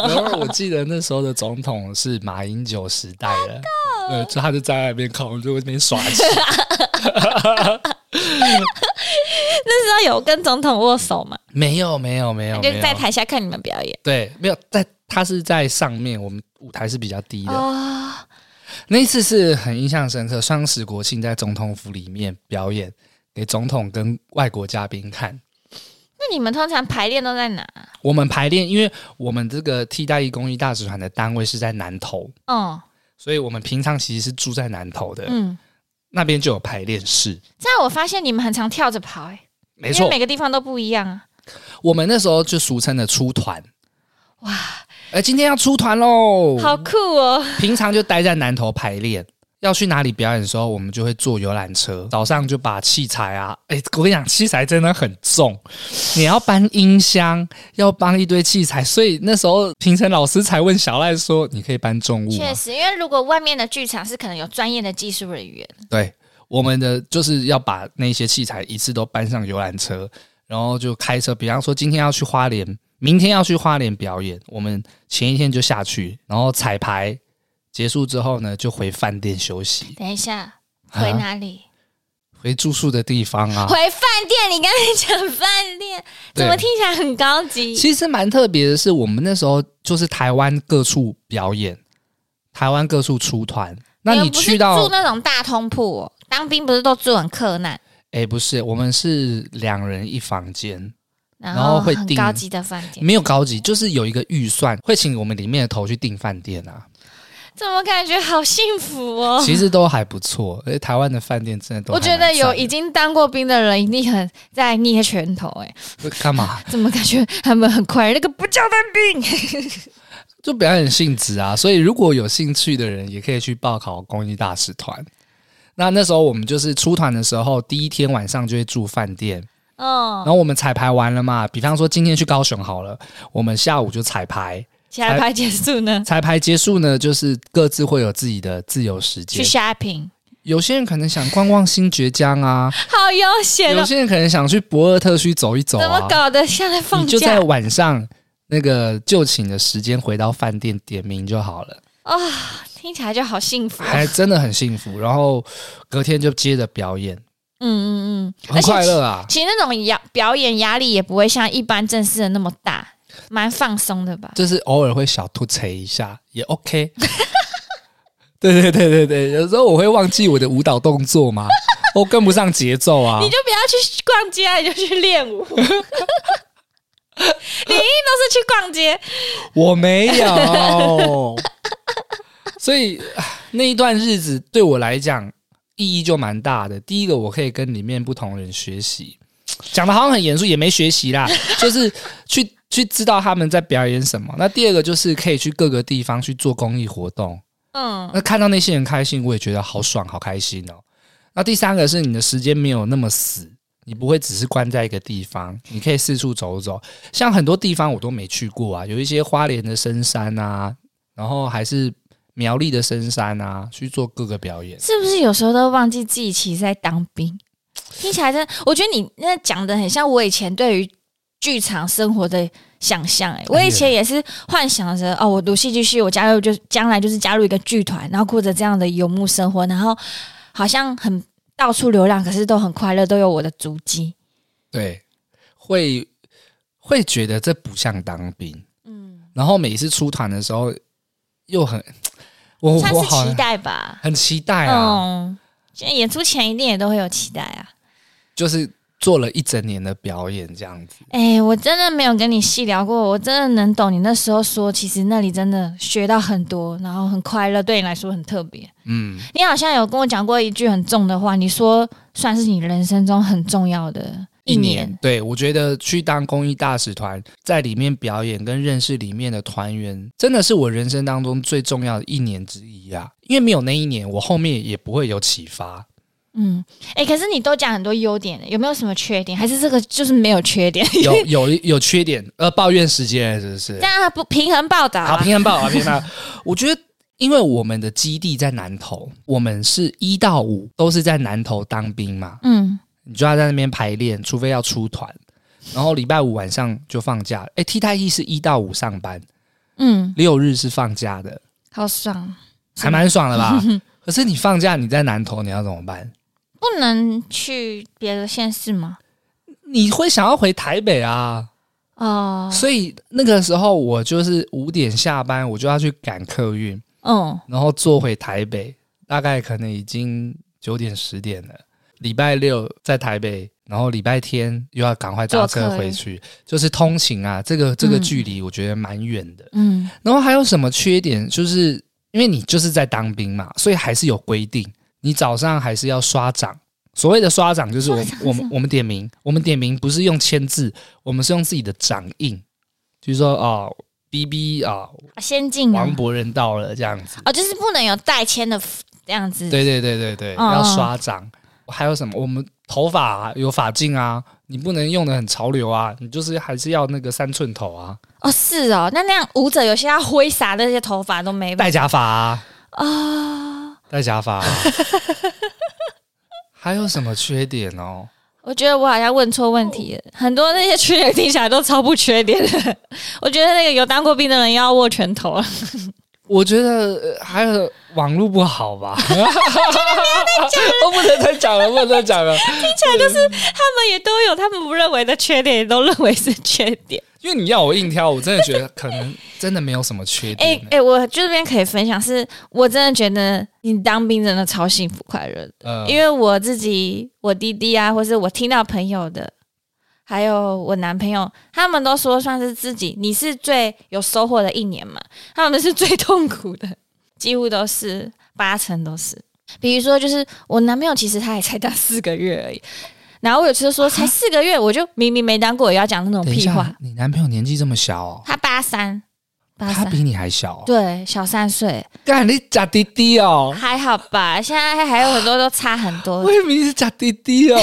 [SPEAKER 2] 然后我记得那时候的总统是马英九时代了，
[SPEAKER 1] 哦
[SPEAKER 2] 对，就他就站在那边看，我就在那边耍 旗。
[SPEAKER 1] 那时候有跟总统握手吗？
[SPEAKER 2] 没有，没有，没有，
[SPEAKER 1] 就
[SPEAKER 2] 没有
[SPEAKER 1] 在台下看你们表演
[SPEAKER 2] 对，没有在，他是在上面，我们舞台是比较低的。
[SPEAKER 1] 哦。
[SPEAKER 2] 那一次是很印象深刻，双十国庆在总统府里面表演，给总统跟外国嘉宾看。
[SPEAKER 1] 那你们通常排练都在哪？
[SPEAKER 2] 我们排练，因为我们这个替代役公益大使团的单位是在南投，
[SPEAKER 1] 哦，
[SPEAKER 2] 所以我们平常其实是住在南投的，
[SPEAKER 1] 嗯，
[SPEAKER 2] 那边就有排练室。
[SPEAKER 1] 这样我发现你们很常跳着跑、欸，
[SPEAKER 2] 没
[SPEAKER 1] 因为
[SPEAKER 2] 错，
[SPEAKER 1] 每个地方都不一样啊。
[SPEAKER 2] 我们那时候就俗称的出团。哇！哎，今天要出团喽！
[SPEAKER 1] 好酷哦！
[SPEAKER 2] 平常就待在南投排练，要去哪里表演的时候，我们就会坐游览车，早上就把器材啊，哎、我跟你讲，器材真的很重，你要搬音箱，要搬一堆器材，所以那时候评审老师才问小赖说：“你可以搬重物吗
[SPEAKER 1] 确实，因为如果外面的剧场是可能有专业的技术人员，？”
[SPEAKER 2] 对，我们的就是要把那些器材一次都搬上游览车，然后就开车，比方说今天要去花莲。明天要去花莲表演，我们前一天就下去，然后彩排结束之后呢，就回饭店休息。
[SPEAKER 1] 等一下
[SPEAKER 2] 啊
[SPEAKER 1] 回哪里？
[SPEAKER 2] 回住宿的地方啊
[SPEAKER 1] 回。饭店？你刚才讲饭店，
[SPEAKER 2] 对
[SPEAKER 1] 怎么听起来很高级？
[SPEAKER 2] 其实蛮特别的是，我们那时候就是台湾各处表演，台湾各处出团。那
[SPEAKER 1] 们
[SPEAKER 2] 你
[SPEAKER 1] 哎不是
[SPEAKER 2] 去到
[SPEAKER 1] 住那种大通铺、哦，当兵不是都住很客难，
[SPEAKER 2] 哎、不是，我们是两人一房间，
[SPEAKER 1] 然
[SPEAKER 2] 然后
[SPEAKER 1] 后
[SPEAKER 2] 会
[SPEAKER 1] 很
[SPEAKER 2] 订
[SPEAKER 1] 高级的饭店，
[SPEAKER 2] 没有高级，就是有一个预算，会请我们里面的头去订饭店啊。
[SPEAKER 1] 怎么感觉好幸福哦？
[SPEAKER 2] 其实都还不错，而且台湾的饭店真的 都
[SPEAKER 1] 我
[SPEAKER 2] 还蛮
[SPEAKER 1] 觉
[SPEAKER 2] 赞的。
[SPEAKER 1] 得有已经当过兵的人一定很在捏拳头、 哎，
[SPEAKER 2] 干嘛？
[SPEAKER 1] 怎么感觉他们很快乐？那个不叫 当兵，
[SPEAKER 2] 就表演性质啊，所以如果有兴趣的人，也可以去报考公益大使团。那那时候我们就是出团的时候，第一天晚上就会住饭店，然
[SPEAKER 1] 哦，
[SPEAKER 2] 后我们彩排完了嘛，比方说今天去高雄好了，我们下午就彩排，
[SPEAKER 1] 下排结束呢，
[SPEAKER 2] 彩排结束呢，就是各自会有自己的自由时
[SPEAKER 1] 去
[SPEAKER 2] 间。
[SPEAKER 1] shopping，
[SPEAKER 2] 有些人可能想逛逛新爵江啊，
[SPEAKER 1] 好悠闲
[SPEAKER 2] 有
[SPEAKER 1] 哦，
[SPEAKER 2] 些人可能想去博尔特区走一走
[SPEAKER 1] 怎么
[SPEAKER 2] 啊，
[SPEAKER 1] 搞得像在放
[SPEAKER 2] 你就
[SPEAKER 1] 假
[SPEAKER 2] 在晚上那个就寝的时间回到饭店点名就好了。
[SPEAKER 1] 啊、听起来就好幸福哦、
[SPEAKER 2] 还真的很幸福。然后隔天就接着表演，
[SPEAKER 1] 嗯嗯嗯，
[SPEAKER 2] 很快乐啊。
[SPEAKER 1] 其实那种压表演压力也不会像一般正式的那么大，蛮放松的吧？
[SPEAKER 2] 就是偶尔会小吐槽一下也 OK。对对对对对，有时候我会忘记我的舞蹈动作嘛，我跟不上节奏啊
[SPEAKER 1] 你。就不要去逛街啊，你就去练 舞。你一定都是去逛街，
[SPEAKER 2] 我没有， 所以唉那一段日子对我来讲意义就蛮大的。第一个，我可以跟里面不同人学习，讲的好像很严肃，也没学习啦， 就是去去知道他们在表演什么。那第二个就是可以去各个地方去做公益活动，
[SPEAKER 1] 嗯，
[SPEAKER 2] 那看到那些人开心，我也觉得好爽，好开心哦。那第三个是你的时间没有那么死，你不会只是关在一个地方，你可以四处走走。像很多地方我都没去过啊，有一些花莲的深山啊，然后还是苗栗的深山啊，去做各个表演。
[SPEAKER 1] 是不是有时候都忘记自己其实在当兵？听起来真的，我觉得你那讲的很像我以前对于剧场生活的想象、
[SPEAKER 2] 哎
[SPEAKER 1] 欸。我以前也是幻想着哦，我读戏剧系，我加入就是将来就是加入一个剧团，然后过着这样的游牧生活，然后好像很到处流浪，可是都很快乐，都有我的足迹。
[SPEAKER 2] 对，会会觉得这不像当兵，
[SPEAKER 1] 嗯，
[SPEAKER 2] 然后每次出团的时候又很我
[SPEAKER 1] 算
[SPEAKER 2] 哦我
[SPEAKER 1] 是
[SPEAKER 2] 好欸
[SPEAKER 1] 期待吧。
[SPEAKER 2] 很期待啊，
[SPEAKER 1] 嗯，现在演出前一定也都会有期待啊。
[SPEAKER 2] 就是做了一整年的表演这样子。
[SPEAKER 1] 哎、我真的没有跟你细聊过，我真的能懂你那时候说，其实那里真的学到很多，然后很快乐，对你来说很特别。
[SPEAKER 2] 嗯，
[SPEAKER 1] 你好像有跟我讲过一句很重的话，你说算是你人生中很重要的一年
[SPEAKER 2] 对我觉得去当公益大使团，在里面表演跟认识里面的团员，真的是我人生当中最重要的一年之一啊！因为没有那一年，我后面也不会有启发。
[SPEAKER 1] 嗯，哎、可是你都讲很多优点了，有没有什么缺点？还是这个就是没有缺 点？
[SPEAKER 2] 有有有缺点，呃，抱怨时间是不是
[SPEAKER 1] 这？样不平衡报道、
[SPEAKER 2] 好，
[SPEAKER 1] 啊，
[SPEAKER 2] 平安报，好平安报。我觉得，因为我们的基地在南投，我们是一到五都是在南投当兵嘛，
[SPEAKER 1] 嗯，
[SPEAKER 2] 你就要在那边排练，除非要出团。然后礼拜五晚上就放假。哎，替代役是一到五上班，
[SPEAKER 1] 嗯，
[SPEAKER 2] 六日是放假的，
[SPEAKER 1] 好爽，
[SPEAKER 2] 还蛮爽的 吧？可是你放假你在南投，你要怎么办？
[SPEAKER 1] 不能去别的县市吗？
[SPEAKER 2] 你会想要回台北啊？
[SPEAKER 1] 哦，
[SPEAKER 2] 所以那个时候我就是五点下班，我就要去赶客运，
[SPEAKER 1] 嗯，
[SPEAKER 2] 然后坐回台北，大概可能已经九点十点了。礼拜六在台北，然后礼拜天又要赶快搭
[SPEAKER 1] 坐
[SPEAKER 2] 车
[SPEAKER 1] 客
[SPEAKER 2] 回去，就是通勤啊，这个这个
[SPEAKER 1] 嗯
[SPEAKER 2] 距离我觉得蛮远的。
[SPEAKER 1] 嗯，
[SPEAKER 2] 然后还有什么缺点？就是因为你就是在当兵嘛，所以还是有规定，你早上还是要刷掌。所谓的刷掌就是我
[SPEAKER 1] 刷掌是
[SPEAKER 2] 我
[SPEAKER 1] 什
[SPEAKER 2] 们
[SPEAKER 1] 么
[SPEAKER 2] 我们点名，我们点名不是用签字，我们是用自己的掌印，就是说哦，B B 啊，
[SPEAKER 1] 啊先进啊
[SPEAKER 2] 王，伯仁到了这样子。
[SPEAKER 1] 哦，就是不能有代签的这样子，
[SPEAKER 2] 对对对对对，
[SPEAKER 1] 嗯
[SPEAKER 2] 要刷掌。还有什么？我们头发啊、有发镜啊，你不能用的很潮流啊，你就是还是要那个三寸头啊，
[SPEAKER 1] 哦，是哦，那那样舞者有些要挥洒那些头发都没办
[SPEAKER 2] 戴假发啊。
[SPEAKER 1] 法啊。
[SPEAKER 2] 戴假发、 还有什么缺点哦？
[SPEAKER 1] 我觉得我好像问错问题了，很多那些缺点听起来都超不缺点的。 我觉得那个有当过兵的人要握拳头了，
[SPEAKER 2] 我觉得呃还有网络不好吧， 我不能再讲了，不能再讲了，
[SPEAKER 1] 他们也都有他们不认为的缺点，也都认为是缺点。
[SPEAKER 2] 因为你要我硬挑，我真的觉得可能真的没有什么缺
[SPEAKER 1] 哎、
[SPEAKER 2] 点
[SPEAKER 1] 哎、。我这边可以分享是，我真的觉得你当兵真的超幸福快乐的，
[SPEAKER 2] 呃，
[SPEAKER 1] 因为我自己、我弟弟啊，或是我听到朋友的，还有我男朋友，他们都说算是自己，你是最有收获的一年嘛，他们是最痛苦的，几乎都是八成都 是。比如说，就是我男朋友其实他也才当四个月而已，然后我有次说才四个月，我就明明没当过，也要讲那种
[SPEAKER 2] 等一
[SPEAKER 1] 屁话
[SPEAKER 2] 下。，你男朋友年纪这么小哦，
[SPEAKER 1] 他八三，八
[SPEAKER 2] 他
[SPEAKER 1] 三。
[SPEAKER 2] 比你还小、哦，
[SPEAKER 1] 啊对，小三岁
[SPEAKER 2] 干你假滴滴哦，
[SPEAKER 1] 还好吧，现在还有很多都差很多
[SPEAKER 2] 我。以为你是假滴滴 哦，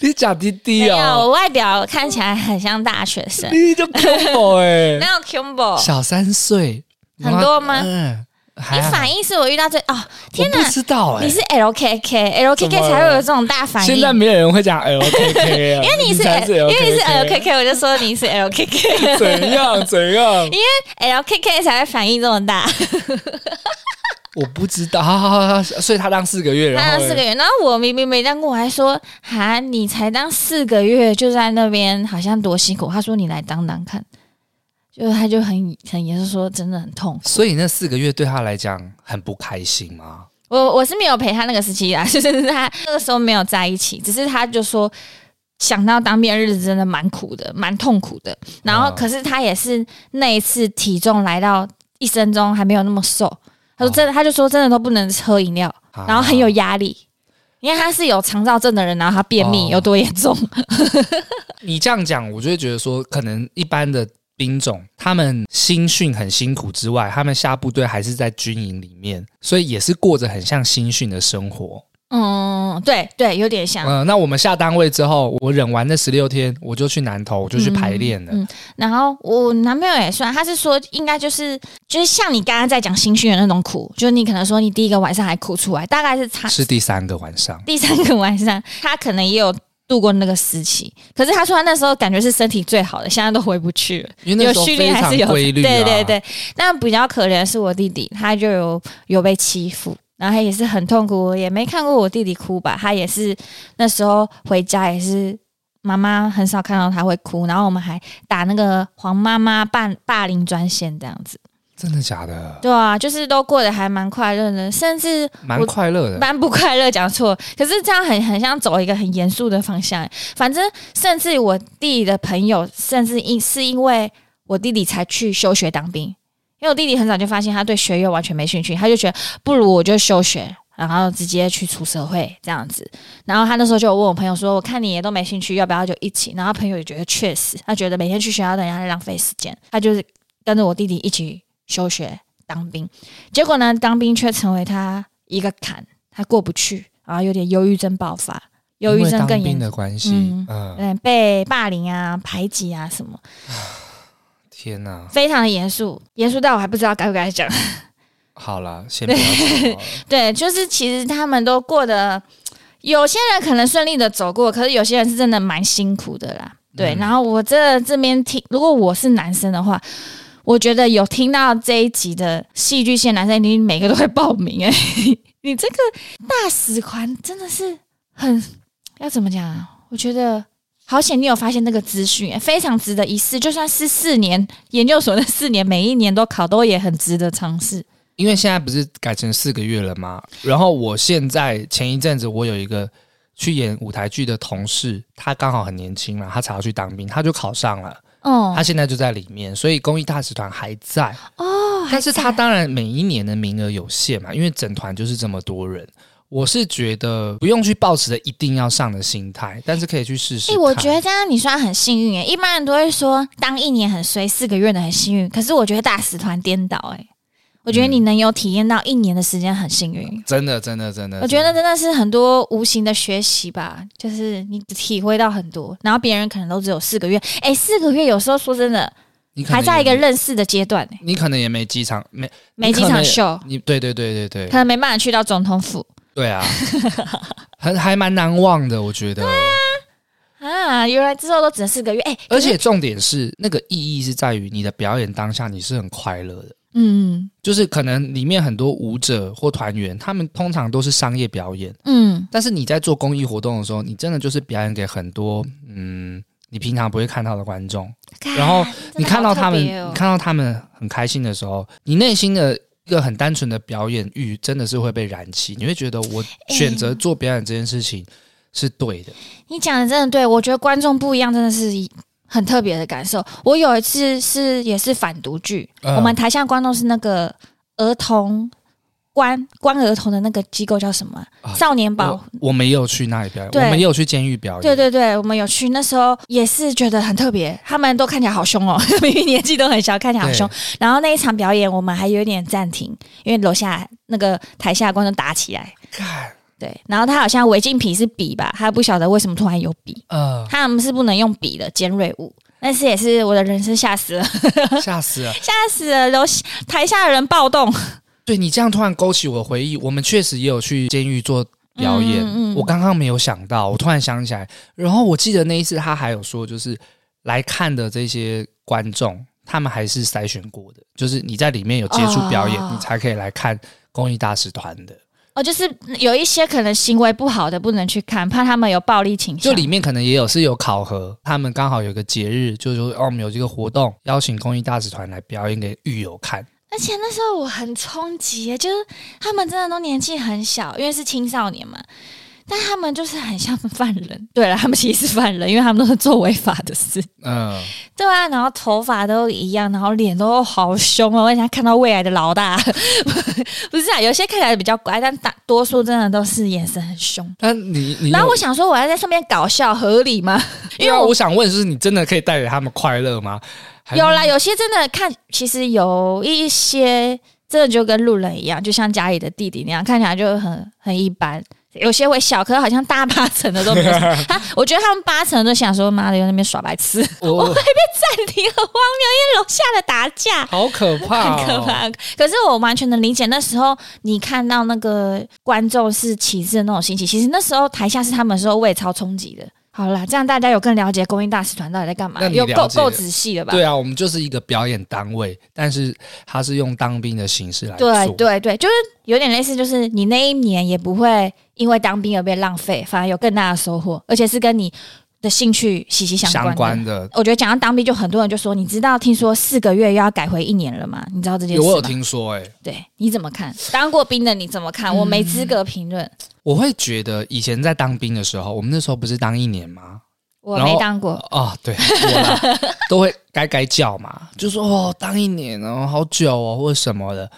[SPEAKER 2] 你假滴
[SPEAKER 1] 没
[SPEAKER 2] 滴
[SPEAKER 1] 有，
[SPEAKER 2] 哦，
[SPEAKER 1] 我外表看起来很像大学 生，
[SPEAKER 2] 你就 combo 哎、
[SPEAKER 1] 哪有 combo？
[SPEAKER 2] 小三岁，
[SPEAKER 1] 很多吗
[SPEAKER 2] 嗯，还
[SPEAKER 1] 你
[SPEAKER 2] 好
[SPEAKER 1] 反应是我遇到最哦，天
[SPEAKER 2] 我
[SPEAKER 1] 哪
[SPEAKER 2] 不！知道哎、
[SPEAKER 1] 你是 LKK，LKK
[SPEAKER 2] 怎么了
[SPEAKER 1] 才会有这种大反应。
[SPEAKER 2] 现在没有人会讲 LKK，、啊、因为
[SPEAKER 1] 你是
[SPEAKER 2] 才是
[SPEAKER 1] 因
[SPEAKER 2] LKK，
[SPEAKER 1] 为你是 LKK，我就说你是 LKK，LKK
[SPEAKER 2] 怎样怎样？
[SPEAKER 1] 才会反应这么大。
[SPEAKER 2] 我不知道，好好好好，所以他当四个月，然
[SPEAKER 1] 他当
[SPEAKER 2] 后嘞
[SPEAKER 1] 啊四个月，然后我明明没当过，我还说哈，你才当四个月就在那边，好像多辛苦。他说你来当当看，就他就很很严肃说，真的很痛。
[SPEAKER 2] 所以那四个月对他来讲很不开心吗？
[SPEAKER 1] 我我是没有陪他那个时期啊， 就是他那个时候没有在一起，只是他就说想到当兵的日子真的蛮苦的，蛮痛苦的。然后
[SPEAKER 2] 嗯
[SPEAKER 1] 可是他也是那一次体重来到一生中还没有那么瘦，他说真的，他就说真的都不能喝饮料，
[SPEAKER 2] 啊
[SPEAKER 1] 然后很有压力。因为他是有肠燥症的人，然后他便秘
[SPEAKER 2] 哦
[SPEAKER 1] 有多严重？
[SPEAKER 2] 你这样讲，我就会觉得说，可能一般的兵种，他们新训很辛苦之外，他们下部队还是在军营里面，所以也是过着很像新训的生活。
[SPEAKER 1] 嗯，对对，有点像。
[SPEAKER 2] 嗯、那我们下单位之后，我忍完那十六天，我就去南投，我就去排练了。
[SPEAKER 1] 嗯然后我男朋友也算，他是说应该就是就是像你刚刚在讲新训的那种苦，就是你可能说你第一个晚上还哭出来，大概是差
[SPEAKER 2] 是第三个晚上，
[SPEAKER 1] 第三个晚上，他可能也有度过那个时期。可是他说他那时候感觉是身体最好的，现在都回不去了。
[SPEAKER 2] 因为
[SPEAKER 1] 有
[SPEAKER 2] 那时候
[SPEAKER 1] 训
[SPEAKER 2] 非
[SPEAKER 1] 练还
[SPEAKER 2] 常
[SPEAKER 1] 是有，
[SPEAKER 2] 规律、啊，
[SPEAKER 1] 对对。对。那比较可怜的是我弟弟，他就有有被欺负。然后他也是很痛苦，我也没看过我弟弟哭吧。他也是那时候回家也是，妈妈很少看到他会哭。然后我们还打那个黄妈妈霸霸凌专线这样子，
[SPEAKER 2] 真的假的？
[SPEAKER 1] 对啊，就是都过得还蛮快乐的。甚至
[SPEAKER 2] 蛮快乐的。
[SPEAKER 1] 蛮不快乐，讲错。可是这样很很像走一个很严肃的方向。反正，甚至我弟弟的朋友，甚至因是因为我弟弟才去休学当兵，因为我弟弟很早就发现他对学业完全没兴趣，他就觉得不如我就休学，然后直接去出社会这样子。然后他那时候就有问我朋友说：“我看你也都没兴趣，要不要就一起？”然后朋友也觉得确实，他觉得每天去学校等人家浪费时间，他就是跟着我弟弟一起休学当兵。结果呢，当兵却成为他一个坎，他过不去，然后有点忧郁症爆发，忧
[SPEAKER 2] 因
[SPEAKER 1] 郁
[SPEAKER 2] 为
[SPEAKER 1] 症
[SPEAKER 2] 当
[SPEAKER 1] 更严
[SPEAKER 2] 兵的关系，
[SPEAKER 1] 嗯
[SPEAKER 2] 嗯，
[SPEAKER 1] 嗯，被霸凌啊、排挤啊什么，
[SPEAKER 2] 天哪、
[SPEAKER 1] 非常的严肃，严肃到我还不知道该不该讲。
[SPEAKER 2] 好啦， 先不要讲好了
[SPEAKER 1] 对，就是其实他们都过得，有些人可能顺利的走过，可是有些人是真的蛮辛苦的啦。对，
[SPEAKER 2] 嗯
[SPEAKER 1] 然后我这这边听，如果我是男生的话，我觉得有听到这一集的戏剧系的男生，你每个都会报名哎、 你这个大使团真的是很要怎么讲啊？我觉得好险，你有发现这个资讯、哎非常值得一试。就算是四年研究所的四年，每一年都考，都也很值得尝试。
[SPEAKER 2] 因为现在不是改成四个月了吗？然后我现在前一阵子我有一个去演舞台剧的同事，他刚好很年轻嘛，他才要去当兵，他就考上了，
[SPEAKER 1] 哦、
[SPEAKER 2] 他现在就在里面，所以公益大使团还在哦。但是他当然每一年的名额有限嘛，因为整团就是这么多人。我是觉得不用去抱持着一定要上的心态，但是可以去试试
[SPEAKER 1] 哎、
[SPEAKER 2] 看。
[SPEAKER 1] 我觉得这样你算很幸运耶。一般人都会说当一年很衰，四个月的很幸运。可是我觉得大使团颠倒哎，我觉得
[SPEAKER 2] 嗯
[SPEAKER 1] 你能有体验到一年的时间很幸运。
[SPEAKER 2] 真的，真的，真的，
[SPEAKER 1] 我觉得真的是很多无形的学习吧，就是你体会到很多，然后别人可能都只有四个月。哎、四个月有时候说真的
[SPEAKER 2] 你可能
[SPEAKER 1] 还在一个
[SPEAKER 2] 也没，
[SPEAKER 1] 认识的阶段哎，
[SPEAKER 2] 你可能也没机场，没
[SPEAKER 1] 没几
[SPEAKER 2] 可能
[SPEAKER 1] 场
[SPEAKER 2] 也
[SPEAKER 1] 秀，
[SPEAKER 2] 你对对对对
[SPEAKER 1] 可
[SPEAKER 2] 对，
[SPEAKER 1] 能没办法去到总统府
[SPEAKER 2] 对啊，还还蛮难忘的，我觉得。
[SPEAKER 1] 啊。原来之后都只能四个月哎、
[SPEAKER 2] 而且重点是，那个意义是在于你的表演当下你是很快乐的，
[SPEAKER 1] 嗯
[SPEAKER 2] 就是可能里面很多舞者或团员，他们通常都是商业表演，
[SPEAKER 1] 嗯
[SPEAKER 2] 但是你在做公益活动的时候，你真的就是表演给很多嗯你平常不会看到的观众，然后你看到他们，
[SPEAKER 1] 哦
[SPEAKER 2] 你看到他们很开心的时候，你内心的一个很单纯的表演欲真的是会被燃起，你会觉得我选择做表演这件事情是对的。
[SPEAKER 1] 你讲的真的对，我觉得观众不一样，真的是一很特别的感受。我有一次是也是反毒剧，
[SPEAKER 2] 嗯
[SPEAKER 1] 哎我们台下观众是那个儿童关关儿童的那个机构叫什么啊、
[SPEAKER 2] 啊
[SPEAKER 1] 少年保。
[SPEAKER 2] 我我们也有去那里表演，
[SPEAKER 1] 对
[SPEAKER 2] 我们也有去监狱表演，
[SPEAKER 1] 对对对，我们有去，那时候也是觉得很特别，他们都看起来好凶哦， 明明年纪都很小，看起来好凶。然后那一场表演，我们还有点暂停，因为楼下那个台下观众打起来。
[SPEAKER 2] 看，
[SPEAKER 1] 对，然后他好像违禁品是笔吧，他不晓得为什么突然有笔，
[SPEAKER 2] 呃，
[SPEAKER 1] 他们是不能用笔的尖锐物。但是也是我的人生吓死了，
[SPEAKER 2] 吓死了！
[SPEAKER 1] 吓死了！楼下台下的人暴动，
[SPEAKER 2] 对你这样突然勾起我回忆，我们确实也有去监狱做表演。
[SPEAKER 1] 嗯嗯嗯
[SPEAKER 2] 我刚刚没有想到，我突然想起来。然后我记得那一次他还有说，就是来看的这些观众，他们还是筛选过的，就是你在里面有接触表演，
[SPEAKER 1] 哦
[SPEAKER 2] 你才可以来看公益大使团的。
[SPEAKER 1] 哦，就是有一些可能行为不好的不能去看，怕他们有暴力倾向。
[SPEAKER 2] 就里面可能也有是有考核，他们刚好有个节日，就是说哦，我们有这个活动，邀请公益大使团来表演给狱友看。
[SPEAKER 1] 而且那时候我很冲击耶，就是他们真的都年纪很小，因为是青少年嘛，但他们就是很像犯人。对了，他们其实是犯人，因为他们都是做违法的事。
[SPEAKER 2] 嗯、
[SPEAKER 1] 对啊，然后头发都一样，然后脸都好凶哦，我很想看到未来的老大。 不是啊，有些看起来比较乖，但大多数真的都是眼神很凶。
[SPEAKER 2] 但你你有
[SPEAKER 1] 然后我想说，我要在上面搞笑合理吗？因
[SPEAKER 2] 因
[SPEAKER 1] 为
[SPEAKER 2] 为
[SPEAKER 1] 我
[SPEAKER 2] 我想问，是你真的可以带给他们快乐吗？还是
[SPEAKER 1] 有啦，有些真的看，其实有一些真的就跟路人一样，就像家里的弟弟那样，看起来就很很一般。有些会笑，可是好像大八成的都没有。 他，我觉得他们八成都想说：“妈的，又在那边耍白痴，
[SPEAKER 2] 我
[SPEAKER 1] 暂停，很荒谬，因为楼下的打架。”
[SPEAKER 2] 好可怕、哦，
[SPEAKER 1] 很可。怕。可是我完全能理解，那时候你看到那个观众是旗帜的那种心情，其实那时候台下是他们的时候，我也超冲击的。好啦，这样大家有更了解公益大使团到底在干嘛，
[SPEAKER 2] 那你
[SPEAKER 1] 有够
[SPEAKER 2] 了解
[SPEAKER 1] 够
[SPEAKER 2] 了
[SPEAKER 1] 仔细了吧？
[SPEAKER 2] 对啊，我们就是一个表演单位，但是他是用当兵的形式来做。
[SPEAKER 1] 对对对，就是有点类似，就是你那一年也不会因为当兵而被浪费，反而有更大的收获，而且是跟你的兴趣息息相关
[SPEAKER 2] 相
[SPEAKER 1] 的。
[SPEAKER 2] 关的，
[SPEAKER 1] 我觉得讲到当兵，就很多人就说，你知道听说四个月又要改回一年了吗？你知道这件事
[SPEAKER 2] 有
[SPEAKER 1] 吗？
[SPEAKER 2] 我有听说、欸，哎，
[SPEAKER 1] 对，你怎么看？当过兵的你怎么看？
[SPEAKER 2] 嗯
[SPEAKER 1] 我没资格评论，
[SPEAKER 2] 我会觉得以前在当兵的时候，我们那时候不是当一年吗？
[SPEAKER 1] 我
[SPEAKER 2] 然后
[SPEAKER 1] 没当过。
[SPEAKER 2] 哦，对，我啦都会该该叫嘛，就说哦，当一年哦，好久哦，或者什么的，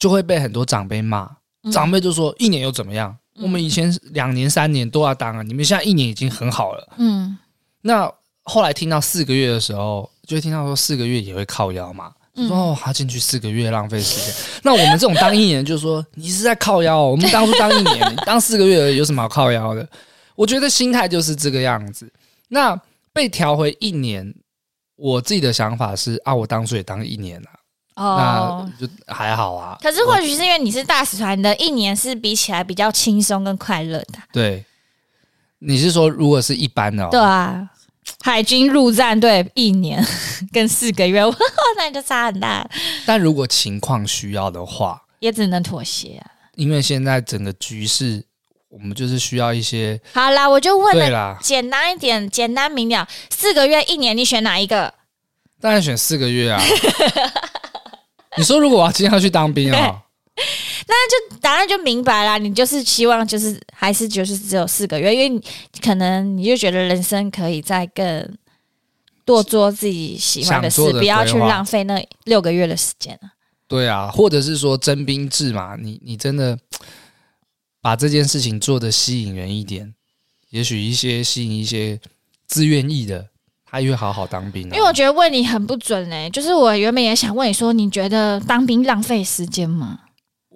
[SPEAKER 2] 就会被很多长辈骂。
[SPEAKER 1] 嗯
[SPEAKER 2] 长辈就说一年又怎么样？我们以前两年三年都要当啊，你们现在一年已经很好了。
[SPEAKER 1] 嗯
[SPEAKER 2] 那后来听到四个月的时候，就会听到说四个月也会靠腰嘛。
[SPEAKER 1] 嗯
[SPEAKER 2] 就说哦，他进去四个月浪费时间。那我们这种当一年就说你是在靠腰、哦，我们当初当一年，你当四个月而已有什么好靠腰的？我觉得心态就是这个样子。那被调回一年，我自己的想法是啊，我当初也当一年啊，
[SPEAKER 1] 哦。
[SPEAKER 2] 那就还好啊。
[SPEAKER 1] 可是或许是因为你是大使团的，一年是比起来比较轻松跟快乐的，
[SPEAKER 2] 对，你是说如果是一般的、哦，
[SPEAKER 1] 对啊。海军陆战队一年 跟四个月， 那你就差很大，
[SPEAKER 2] 但如果情况需要的话，
[SPEAKER 1] 也只能妥协啊、
[SPEAKER 2] 因为现在整个局势，我们就是需要一些
[SPEAKER 1] 好啦，我就问
[SPEAKER 2] 对
[SPEAKER 1] 了，
[SPEAKER 2] 啦。
[SPEAKER 1] 简单一点，简单明了，四个月、一年，你选哪一个？
[SPEAKER 2] 当然选四个 月啊。你说如果我要今天要去当兵啊、
[SPEAKER 1] 答案就明白啦，你就是希望就是还是就是只有四个月，因为你可能你就觉得人生可以再更多做自己喜欢的
[SPEAKER 2] 想
[SPEAKER 1] 事，
[SPEAKER 2] 做的
[SPEAKER 1] 不要去
[SPEAKER 2] 规划
[SPEAKER 1] 浪费那六个月的时间了。
[SPEAKER 2] 对啊，或者是说征兵制嘛，你你真的把这件事情做的吸引人一点，也许一些吸引一些自愿意的，他也会好好当兵、啊。
[SPEAKER 1] 因为我觉得问你很不准哎、就是我原本也想问你说，你觉得当兵浪费时间吗？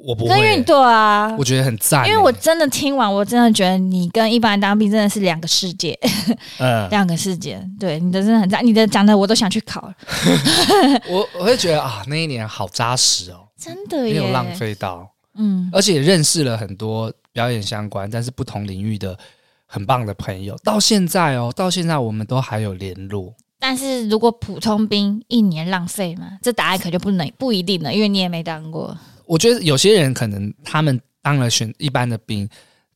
[SPEAKER 2] 我不
[SPEAKER 1] 可
[SPEAKER 2] 会
[SPEAKER 1] 因
[SPEAKER 2] 欸、
[SPEAKER 1] 为对啊，
[SPEAKER 2] 我觉得很赞欸、
[SPEAKER 1] 因为我真的听完，我真的觉得你跟一般人当兵真的是两个世界。
[SPEAKER 2] 嗯，
[SPEAKER 1] 两个世界，对你的真的很赞，你的讲的我都想去考了，
[SPEAKER 2] 我我会觉得啊，那一年好扎实哦，
[SPEAKER 1] 真的
[SPEAKER 2] 没
[SPEAKER 1] 耶，
[SPEAKER 2] 有浪，费到。
[SPEAKER 1] 嗯，
[SPEAKER 2] 而且认识了很多表演相关，但是不同领域的很棒的朋友。到现在哦，到现在我们都还有联络。
[SPEAKER 1] 但是如果普通兵一年浪费嘛，这答案可就不能不一定了，因为你也没当过，
[SPEAKER 2] 我觉得有些人可能他们当了选一般的兵，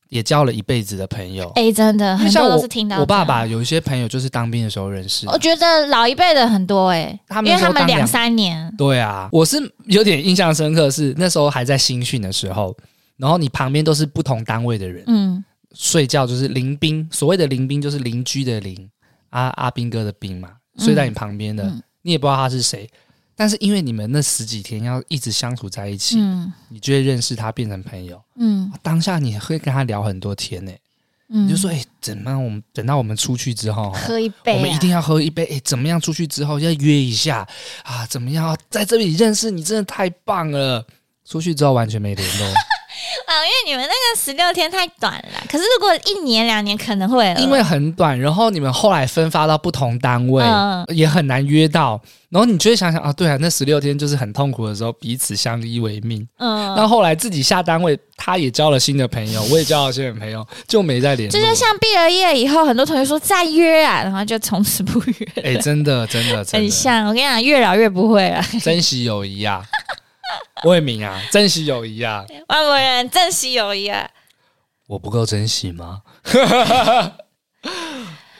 [SPEAKER 2] 也交了一辈子的朋友。
[SPEAKER 1] 哎，真的
[SPEAKER 2] 因为
[SPEAKER 1] 很
[SPEAKER 2] 像
[SPEAKER 1] 多
[SPEAKER 2] 我
[SPEAKER 1] 都是听到
[SPEAKER 2] 我爸
[SPEAKER 1] 这样哦
[SPEAKER 2] 爸，有一些朋友就是当兵的时候认识的。
[SPEAKER 1] 我觉得老一辈的很多哎，
[SPEAKER 2] 他
[SPEAKER 1] 因为
[SPEAKER 2] 们那时
[SPEAKER 1] 他
[SPEAKER 2] 候
[SPEAKER 1] 们
[SPEAKER 2] 当
[SPEAKER 1] 两
[SPEAKER 2] 两
[SPEAKER 1] 三年，
[SPEAKER 2] 对啊，我是有点印象深刻的是，那时候还在新训的时候，然后你旁边都是不同单位的人，
[SPEAKER 1] 嗯，
[SPEAKER 2] 睡觉就是邻兵，所谓的邻兵就是邻居的邻，阿阿兵哥的兵嘛，睡在你旁边的，
[SPEAKER 1] 嗯
[SPEAKER 2] 你也不知道他是谁。但是因为你们那十几天要一直相处在一起，
[SPEAKER 1] 嗯
[SPEAKER 2] 你就会认识他，变成朋友。
[SPEAKER 1] 嗯
[SPEAKER 2] 当下你会跟他聊很多天呢、
[SPEAKER 1] 嗯，
[SPEAKER 2] 你就说：“哎、怎么样我们等到我们出去之后，
[SPEAKER 1] 喝一
[SPEAKER 2] 我
[SPEAKER 1] 杯
[SPEAKER 2] 们
[SPEAKER 1] 啊
[SPEAKER 2] 一定要喝一杯。哎、怎么样出去之后要约一下啊？怎么样在这里认识你，真的太棒了！出去之后完全没联络。”
[SPEAKER 1] 啊，因为你们那个十六天太短了，可是如果一年两年可能会了，
[SPEAKER 2] 因为很短，然后你们后来分发到不同单位，
[SPEAKER 1] 嗯
[SPEAKER 2] 也很难约到。然后你就会想想啊，对啊，那十六天就是很痛苦的时候，彼此相依为命。
[SPEAKER 1] 嗯，
[SPEAKER 2] 那、后来自己下单位，他也交了新的朋友，我也交了新的朋友，就没再联络。
[SPEAKER 1] 就是像毕了业以后，很多同学说再约啊，然后就从此不约，
[SPEAKER 2] 哎、真的，真 的，真
[SPEAKER 1] 很
[SPEAKER 2] 的，
[SPEAKER 1] 像。我跟你讲，越老越不会了。
[SPEAKER 2] 珍惜友谊啊，魏明啊，珍惜友谊啊，
[SPEAKER 1] 外国人珍惜友谊啊，
[SPEAKER 2] 我不够珍惜吗？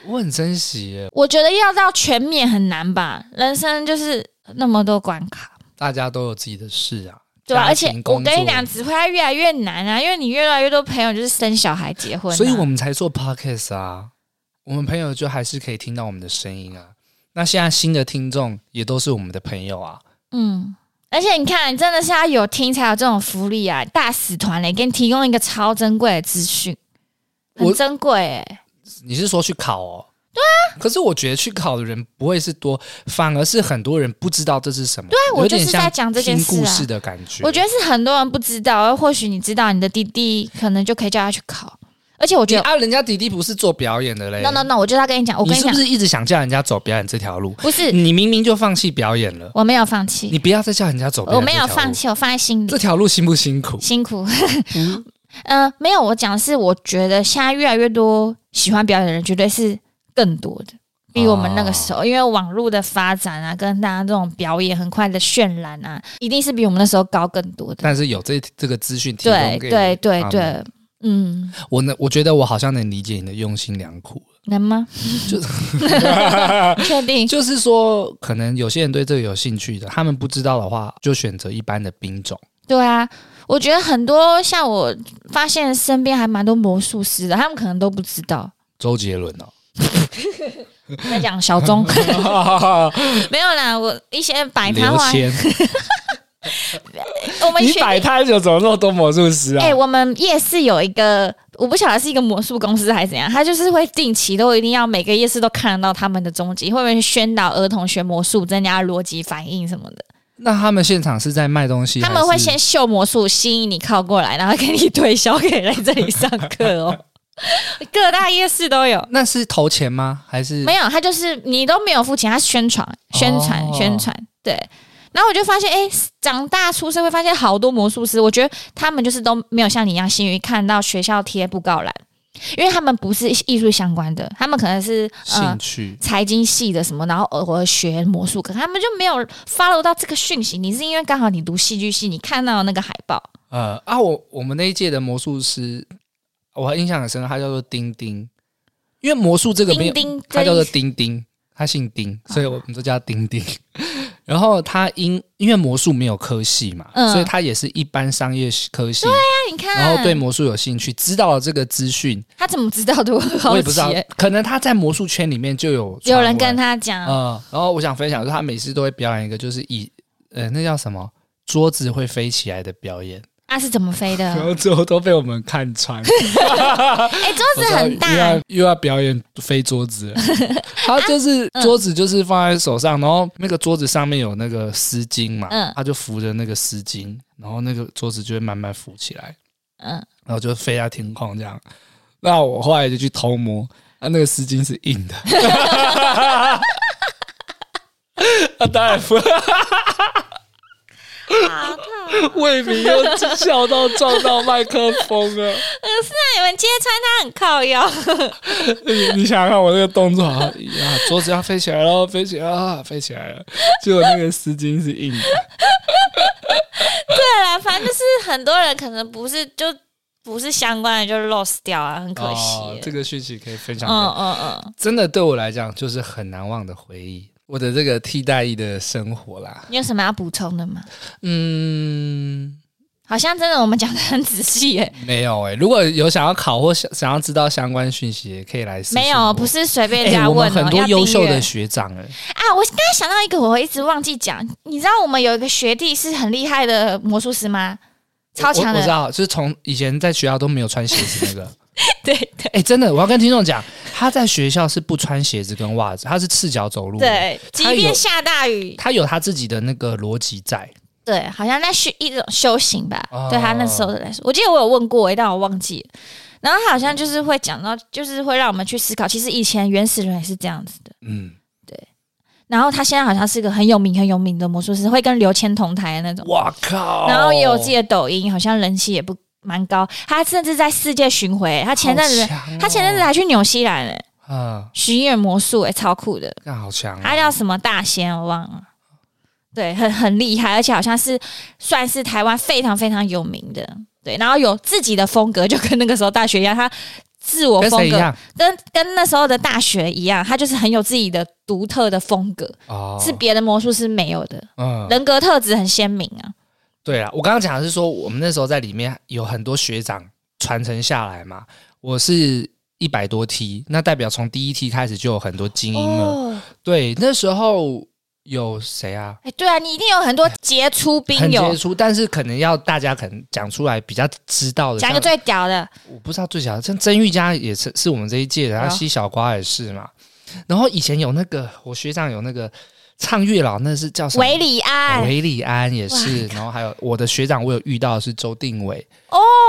[SPEAKER 2] 我很珍惜耶，
[SPEAKER 1] 我觉得要到全面很难吧。人生就是那么多关卡，
[SPEAKER 2] 大家都有自己的事啊。
[SPEAKER 1] 对吧、
[SPEAKER 2] 家
[SPEAKER 1] 而且
[SPEAKER 2] 庭
[SPEAKER 1] 我
[SPEAKER 2] 工
[SPEAKER 1] 跟你
[SPEAKER 2] 作
[SPEAKER 1] 讲，只会越来越难啊，因为你越来越多朋友就是生小孩、结婚啊、
[SPEAKER 2] 所以我们才做 podcast 啊，我们朋友就还是可以听到我们的声音啊。那现在新的听众也都是我们的朋友啊，
[SPEAKER 1] 嗯。而且你看，真的是要有听才有这种福利啊！大使团嘞，给你提供一个超珍贵的资讯，很
[SPEAKER 2] 我
[SPEAKER 1] 珍贵哎、
[SPEAKER 2] 你是说去考哦？对啊。可是我觉得去考的人不会是多，反而是很多人不知道这是什么。对
[SPEAKER 1] 啊我就是在讲这件事啊
[SPEAKER 2] 故事的感觉。
[SPEAKER 1] 我觉得是很多人不知道，而或许你知道，你的弟弟可能就可以叫他去考。而且我觉
[SPEAKER 2] 你
[SPEAKER 1] 得
[SPEAKER 2] 啊，人家弟弟不是做表演的嘞。
[SPEAKER 1] ，no no no，我就要跟你讲，我
[SPEAKER 2] 你
[SPEAKER 1] 跟
[SPEAKER 2] 是
[SPEAKER 1] 讲
[SPEAKER 2] 不，是一直想叫人家走表演这条路？
[SPEAKER 1] 不是，
[SPEAKER 2] 你明明就放弃表演了，
[SPEAKER 1] 我没有放弃，
[SPEAKER 2] 你不要再叫人家走表
[SPEAKER 1] 我
[SPEAKER 2] 演。
[SPEAKER 1] 没有放，弃，我放在心里
[SPEAKER 2] 这，条路辛不辛苦？
[SPEAKER 1] 辛苦。
[SPEAKER 2] 嗯
[SPEAKER 1] 呃，没有，我讲的是，我觉得现在越来越多喜欢表演的人，绝对是更多的。比我们那个
[SPEAKER 2] 哦
[SPEAKER 1] 时候，因为网络的发展啊，跟大家这种表演很快的渲染啊，一定是比我们那时候高更多的。
[SPEAKER 2] 但是有这这个资讯提
[SPEAKER 1] 对
[SPEAKER 2] 供给
[SPEAKER 1] 对对
[SPEAKER 2] 他们
[SPEAKER 1] 对，嗯，
[SPEAKER 2] 我能，我觉得我好像能理解你的用心良苦。
[SPEAKER 1] 能吗？
[SPEAKER 2] 就
[SPEAKER 1] 确定？
[SPEAKER 2] 就是说，可能有些人对这个有兴趣的，他们不知道的话，就选择一般的兵种。
[SPEAKER 1] 对啊，我觉得很多像我发现身边还蛮多魔术师的，他们可能都不知 道。
[SPEAKER 2] 周杰伦
[SPEAKER 1] 我在讲小钟，
[SPEAKER 2] 哦，
[SPEAKER 1] 没有啦，我一些摆摊
[SPEAKER 2] 刘
[SPEAKER 1] 话，
[SPEAKER 2] 谦，
[SPEAKER 1] 我们
[SPEAKER 2] 你
[SPEAKER 1] 学
[SPEAKER 2] 摆
[SPEAKER 1] 弟，
[SPEAKER 2] 拍就怎么那么多魔术师啊？
[SPEAKER 1] 哎、我们夜市有一个，我不晓得是一个魔术公司还是怎样，他就是会定期都一定要每个夜市都看得到他们的踪迹，会不会宣导儿童学魔术，增加逻辑反应什么的？
[SPEAKER 2] 那他们现场是在卖东西还
[SPEAKER 1] 他
[SPEAKER 2] 是，
[SPEAKER 1] 们会先秀魔术，吸引你靠过来，然后给你推销，可以来这里上课 哦。各大夜市都有，
[SPEAKER 2] 那是投钱吗？还是
[SPEAKER 1] 没有，他就是你都没有付钱，他宣传、宣传、
[SPEAKER 2] 哦
[SPEAKER 1] 宣传，对。然后我就发现，哎、长大出社会发现好多魔术师，我觉得他们就是都没有像你一样幸运看到学校贴布告栏，因为他们不是艺术相关的，他们可能是呃
[SPEAKER 2] 兴趣？
[SPEAKER 1] 财经系的什么，然后偶尔学魔术，可他们就没有 follow 到这个讯息。你是因为刚好你读戏剧系，你看到那个海报，
[SPEAKER 2] 呃啊，我我们那一届的魔术师，我还印象很深，他叫做丁丁，因为魔术这个没有
[SPEAKER 1] 丁，丁，
[SPEAKER 2] 他叫做
[SPEAKER 1] 这
[SPEAKER 2] 丁丁，他姓丁，所以我们都叫他丁丁。 然后他因因为魔术没有科系嘛，
[SPEAKER 1] 嗯啊
[SPEAKER 2] 所以他也是一般商业科系，
[SPEAKER 1] 那你看，
[SPEAKER 2] 然哦后对魔术有兴趣，知道了这个资讯，
[SPEAKER 1] 他怎么知道的？我很好
[SPEAKER 2] 我
[SPEAKER 1] 奇
[SPEAKER 2] 也不知道
[SPEAKER 1] 欸，
[SPEAKER 2] 可能他在魔术圈里面就有
[SPEAKER 1] 有人
[SPEAKER 2] 传闻
[SPEAKER 1] 跟他讲，
[SPEAKER 2] 嗯，然后我想分享，就是他每次都会表演一个，就是以呃那叫什么桌子会飞起来的表演，
[SPEAKER 1] 他、啊是怎么飞 的？
[SPEAKER 2] 然后最后都被我们看穿，
[SPEAKER 1] 哎、桌
[SPEAKER 2] 我
[SPEAKER 1] 子
[SPEAKER 2] 说
[SPEAKER 1] 很大啊
[SPEAKER 2] 又，要又要表演飞桌 子了，他就是
[SPEAKER 1] 嗯
[SPEAKER 2] 桌子就是放在手上，然后那个桌子上面有那个丝巾嘛，
[SPEAKER 1] 嗯
[SPEAKER 2] 他就扶着那个丝巾，然后那个桌子就会慢慢浮起来，
[SPEAKER 1] 嗯，
[SPEAKER 2] 然后就飞在天空这样。那我后来就去偷摸，啊，那个丝巾是 硬的，啊，当然不
[SPEAKER 1] 好痛！
[SPEAKER 2] 未免又笑到撞到麦克风了。
[SPEAKER 1] 那你们揭穿他很靠腰，
[SPEAKER 2] 你 你想想看我那个动作啊，呀，桌子要飞起来喽，飞起来啊，飞起来了。结果那个丝巾是硬的，
[SPEAKER 1] 对啦，反正就是很多人可能不是就不是相关的就 lost 掉啊，很可
[SPEAKER 2] 哦
[SPEAKER 1] 惜
[SPEAKER 2] 这。个讯息可以分享
[SPEAKER 1] 嗯
[SPEAKER 2] 给你。
[SPEAKER 1] 嗯嗯，
[SPEAKER 2] 真的对我来讲就是很难忘的回忆，我的这个替代役的生活啦。
[SPEAKER 1] 你有什么要补充的吗？
[SPEAKER 2] 嗯，
[SPEAKER 1] 好像真的我们讲的很仔细耶、
[SPEAKER 2] 没有欸诶、如果有想要考或想想要知道相关讯息，也可以来私信
[SPEAKER 1] 没有，
[SPEAKER 2] 我
[SPEAKER 1] 不。是随便
[SPEAKER 2] 哎、
[SPEAKER 1] 人家
[SPEAKER 2] 我
[SPEAKER 1] 问、
[SPEAKER 2] 们
[SPEAKER 1] 哦
[SPEAKER 2] 很多
[SPEAKER 1] 要
[SPEAKER 2] 优秀
[SPEAKER 1] 订阅
[SPEAKER 2] 的学长哎、
[SPEAKER 1] 啊！我刚才想到一个，我一直忘记讲。你知道我们有一个学弟是很厉害的魔术师吗？超强
[SPEAKER 2] 我我知
[SPEAKER 1] 的，
[SPEAKER 2] 道，就是从以前在学校都没有穿鞋子那个。
[SPEAKER 1] 对对
[SPEAKER 2] 哎、真的，我要跟听众讲，他在学校是不穿鞋子跟袜子，他是赤脚走路。，
[SPEAKER 1] 对，即
[SPEAKER 2] 他有
[SPEAKER 1] 便下大雨，
[SPEAKER 2] 他有他自己的那个逻辑在。
[SPEAKER 1] 对，好像在是一种修行吧，
[SPEAKER 2] 哦
[SPEAKER 1] 对他那时候的来说，我记得我有问过、但我忘记了。然后他好像就是会讲到，就是会让我们去思考，其实以前原始人也是这样子的。
[SPEAKER 2] 嗯，
[SPEAKER 1] 然后他现在好像是个很有名、很有名的魔术师，会跟刘谦同台的那种。
[SPEAKER 2] 哇靠！
[SPEAKER 1] 然后也有自己的抖音，好像人气也不蛮高。他甚至在世界巡回，他前阵子、
[SPEAKER 2] 好强哦
[SPEAKER 1] 他前阵子还去纽西兰、欸，
[SPEAKER 2] 啊，
[SPEAKER 1] 巡演魔术，哎，超酷的。
[SPEAKER 2] 干好强、
[SPEAKER 1] 他
[SPEAKER 2] 哦！
[SPEAKER 1] 叫什么大仙，我忘了。对，很很厉害，而且好像是算是台湾非常非常有名的。对，然后有自己的风格，就跟那个时候大学一样，他自我
[SPEAKER 2] 跟
[SPEAKER 1] 风
[SPEAKER 2] 谁一
[SPEAKER 1] 格
[SPEAKER 2] 样？
[SPEAKER 1] 跟跟那时候的大学一样，他就是很有自己的独特的风格，
[SPEAKER 2] 哦，
[SPEAKER 1] 是别的魔术师没有的，
[SPEAKER 2] 嗯，
[SPEAKER 1] 人格特质很鲜明啊。
[SPEAKER 2] 对啊，我刚刚讲的是说，我们那时候在里面有很多学长传承下来嘛。我是一百多梯，那代表从第一梯开始就有很多精英
[SPEAKER 1] 哦
[SPEAKER 2] 了。，对，那时候有谁啊？
[SPEAKER 1] 哎，对啊，你一定有很多杰出兵哦
[SPEAKER 2] 很哦杰
[SPEAKER 1] 友，
[SPEAKER 2] 出，但是可能要大家可能讲出来比较知道的，
[SPEAKER 1] 讲一个
[SPEAKER 2] 像
[SPEAKER 1] 最哦屌的，
[SPEAKER 2] 我不知道最小的，像曾玉佳也是是我们这一届的，然后
[SPEAKER 1] 有
[SPEAKER 2] 西小瓜也是嘛。然后以前有那个我学长有那个唱月老，那是叫什么？
[SPEAKER 1] 韦礼安
[SPEAKER 2] 韦礼安也是，
[SPEAKER 1] 哇
[SPEAKER 2] 然后还有我的学长，我有遇到的是周定伟，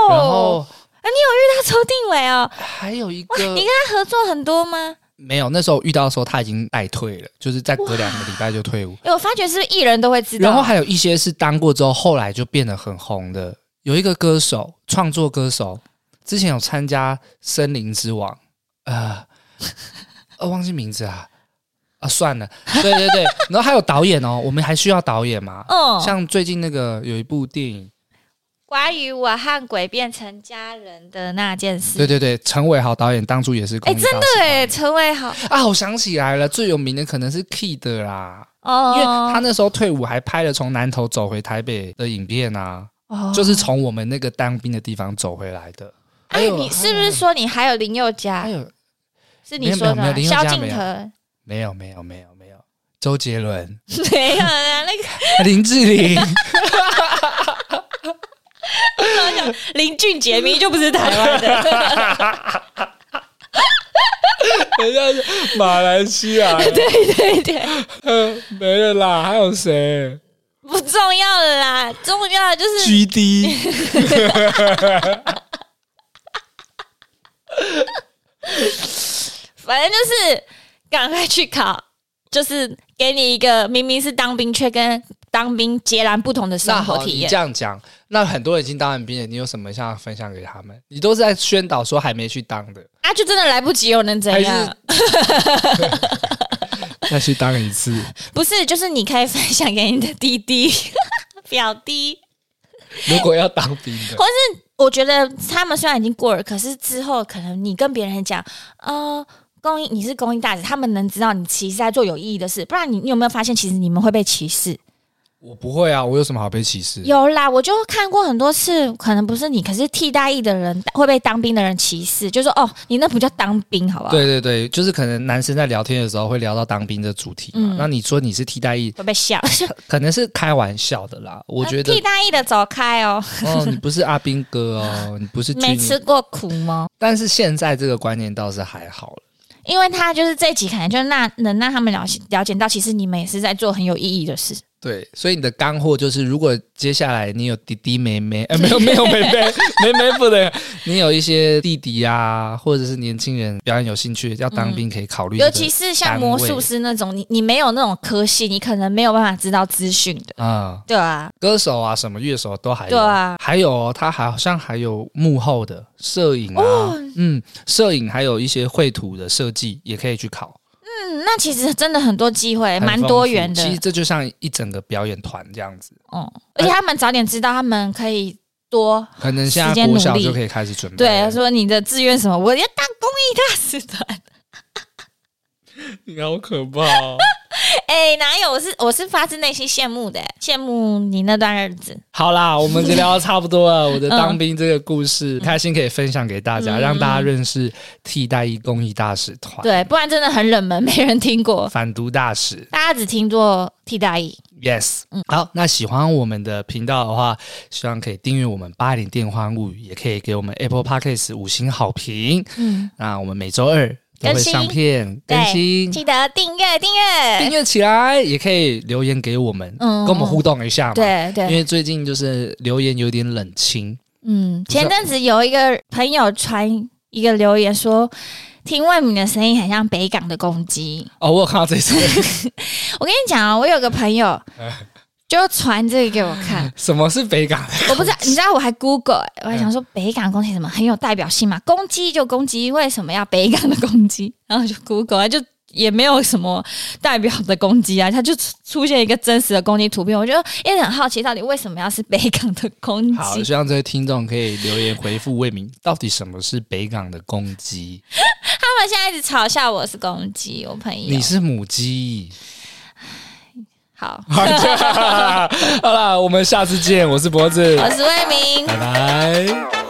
[SPEAKER 2] 然
[SPEAKER 1] 哦，
[SPEAKER 2] 后
[SPEAKER 1] 那抽定伟哦，
[SPEAKER 2] 还有一
[SPEAKER 1] 哇，
[SPEAKER 2] 个
[SPEAKER 1] 你跟他合作很多吗？
[SPEAKER 2] 没有，那时候遇到的时候他已经代退了，就是再隔两个礼拜就退伍。
[SPEAKER 1] 哎、我发觉是不是艺人都会知道？
[SPEAKER 2] 然后还有一些是当过之后，后来就变得很红的。有一个歌手，创作歌手，之前有参加《森林之王》， 呃，呃，忘记名字啊，啊，算了，对对对。然后还有导演哦，我们还需要导演嘛？
[SPEAKER 1] 嗯，
[SPEAKER 2] 像最近那个有一部电影，
[SPEAKER 1] 关于我和鬼变成家人的那件
[SPEAKER 2] 对
[SPEAKER 1] 事，
[SPEAKER 2] 对对，陈伟豪导演当初也是
[SPEAKER 1] 哎、
[SPEAKER 2] 公益大使
[SPEAKER 1] 真的哎，陈伟好
[SPEAKER 2] 啊，我想起来了，最有名的可能是 Kid 啦，
[SPEAKER 1] 哦，
[SPEAKER 2] 因为他那时候退伍还拍了从南投走回台北的影片啊。
[SPEAKER 1] 哦
[SPEAKER 2] 就是从我们那个当兵的地方走回来的。
[SPEAKER 1] 哎、你是不是说你还有林宥嘉
[SPEAKER 2] 还？有
[SPEAKER 1] 是你说的吗？
[SPEAKER 2] 哎没有没有没有林宥嘉
[SPEAKER 1] 萧敬
[SPEAKER 2] 没有
[SPEAKER 1] 腾
[SPEAKER 2] 没有没有没有没有周杰伦、
[SPEAKER 1] 没有啊？那个
[SPEAKER 2] 林志玲？
[SPEAKER 1] 个林俊杰明明就不是台湾的，
[SPEAKER 2] 人家是马来西亚，
[SPEAKER 1] 对对对，嗯
[SPEAKER 2] 嗯 没了啦，还有谁
[SPEAKER 1] 不重要了啦，重要的就是
[SPEAKER 2] ？G D，
[SPEAKER 1] 反正就是赶快去考，就是给你一个明明是当兵却跟当兵截然不同的
[SPEAKER 2] 那
[SPEAKER 1] 生活
[SPEAKER 2] 好，
[SPEAKER 1] 体
[SPEAKER 2] 你
[SPEAKER 1] 验
[SPEAKER 2] 这。样讲，那很多人已经当完兵了，你有什么想要分享给他们？你都是在宣导说还没去当的，
[SPEAKER 1] 啊，就真的来不及，又能怎
[SPEAKER 2] 还是
[SPEAKER 1] 样？
[SPEAKER 2] 再去当一次。
[SPEAKER 1] 不是，就是你可以分享给你的弟弟、 表弟，
[SPEAKER 2] 如果要当兵 的，
[SPEAKER 1] 或是我觉得他们虽然已经过了，可是之后可能你跟别人讲，呃，公益你是公益大使，他们能知道你其实在做有意义的事，不然你你有没有发现，其实你们会被歧视？
[SPEAKER 2] 我不会啊，我有什么好被歧视？
[SPEAKER 1] 有啦，我就看过很多次，可能不是你，可是替代役的人会被当兵的人歧视，就说哦，你那不叫当兵，好不好？
[SPEAKER 2] 对对对，就是可能男生在聊天的时候会聊到当兵的主题嘛。
[SPEAKER 1] 嗯
[SPEAKER 2] 那你说你是替代役，
[SPEAKER 1] 会被笑。
[SPEAKER 2] 可能是开玩笑的啦。我觉 得
[SPEAKER 1] 替代役的走开哦，
[SPEAKER 2] 哦，你不是阿兵 哥哦，你不是军
[SPEAKER 1] 没
[SPEAKER 2] 人
[SPEAKER 1] 吃。过苦吗？
[SPEAKER 2] 但是现在这个观念倒是还好了。
[SPEAKER 1] 因为他就是这一集可能就那能让他们了解了解到，其实你们也是在做很有意义的事。
[SPEAKER 2] 对，所以你的干货就是，如果接下来你有弟弟 妹妹，呃，没有没有妹妹 妹妹不能，你有一些弟弟啊，或者是年轻人表演有兴趣要当兵，可以考虑这
[SPEAKER 1] 嗯尤
[SPEAKER 2] 个单
[SPEAKER 1] 其
[SPEAKER 2] 位、
[SPEAKER 1] 是像魔术师那种，你你没有那种科系，你可能没有办法知道资讯的。
[SPEAKER 2] 啊、
[SPEAKER 1] 对啊，
[SPEAKER 2] 歌手啊，什么乐手都还有，
[SPEAKER 1] 对啊
[SPEAKER 2] 还有哦他好像还有幕后的摄影啊，
[SPEAKER 1] 哦
[SPEAKER 2] 嗯，摄影还有一些绘图的设计也可以去考，
[SPEAKER 1] 嗯，那其实真的很多机会，
[SPEAKER 2] 很丰
[SPEAKER 1] 蛮
[SPEAKER 2] 富
[SPEAKER 1] 多元的
[SPEAKER 2] 其。实这就像一整个表演团这样子，
[SPEAKER 1] 哦、而且他们早点知道，他们可以多
[SPEAKER 2] 可能现
[SPEAKER 1] 时
[SPEAKER 2] 在
[SPEAKER 1] 间
[SPEAKER 2] 国
[SPEAKER 1] 努
[SPEAKER 2] 小
[SPEAKER 1] 力
[SPEAKER 2] 就可以开始准备。
[SPEAKER 1] 对，说你的志愿什么，我要当公益大使团。
[SPEAKER 2] 你好可怕、哦。
[SPEAKER 1] 哎、哪有？我是我是发自内心羡慕的，羡慕你那段日子。
[SPEAKER 2] 好啦，我们就聊到差不多了。我的当兵这个 故
[SPEAKER 1] 嗯
[SPEAKER 2] 事，开心可以分享给大家，让大家认识替代役公益大使团、
[SPEAKER 1] 对，不然真的很冷门，没人听过，
[SPEAKER 2] 反毒大使。
[SPEAKER 1] 大家只听过替代役。
[SPEAKER 2] Yes，、好，那喜欢我们的频道的话，希望可以订阅我们八点电幻物语，也可以给我们 Apple Podcast 五星好评。
[SPEAKER 1] 嗯，
[SPEAKER 2] 那我们每周二都会
[SPEAKER 1] 更新
[SPEAKER 2] 上片更
[SPEAKER 1] 对，
[SPEAKER 2] 新，
[SPEAKER 1] 记得订阅订阅
[SPEAKER 2] 订。阅起来，也可以留言给我们，
[SPEAKER 1] 嗯
[SPEAKER 2] 跟我们互动一下嘛。，
[SPEAKER 1] 对
[SPEAKER 2] 因
[SPEAKER 1] 对，
[SPEAKER 2] 为最近就是留言有点冷清，
[SPEAKER 1] 嗯，
[SPEAKER 2] 是
[SPEAKER 1] 前阵子有一个朋友传一个留言说。听魏敏的声音很像北港的公鸡。
[SPEAKER 2] 哦，我有看到这次
[SPEAKER 1] 我跟你讲啊，我有个朋 友就传这个给我看，
[SPEAKER 2] 什么是北港？
[SPEAKER 1] 我不知道，你知道我还 Google，、欸、我还想说北港公鸡什么很有代表性嘛，公鸡就公鸡，为什么要北港的公鸡？ 然后就 Google，啊就也没有什么代表的公鸡啊，它就出出现一个真实的公鸡图片，我就也很好奇，到底为什么要是北港的公鸡？
[SPEAKER 2] 好，希望这些听众可以留言回复魏明，到底什么是北港的公鸡？
[SPEAKER 1] 哎他们现在一直嘲笑我是公鸡，我朋友。
[SPEAKER 2] 你是母鸡。
[SPEAKER 1] 好，
[SPEAKER 2] 好啦，好啦，我们下次见，我是脖子，
[SPEAKER 1] 我是魏明。
[SPEAKER 2] 拜拜。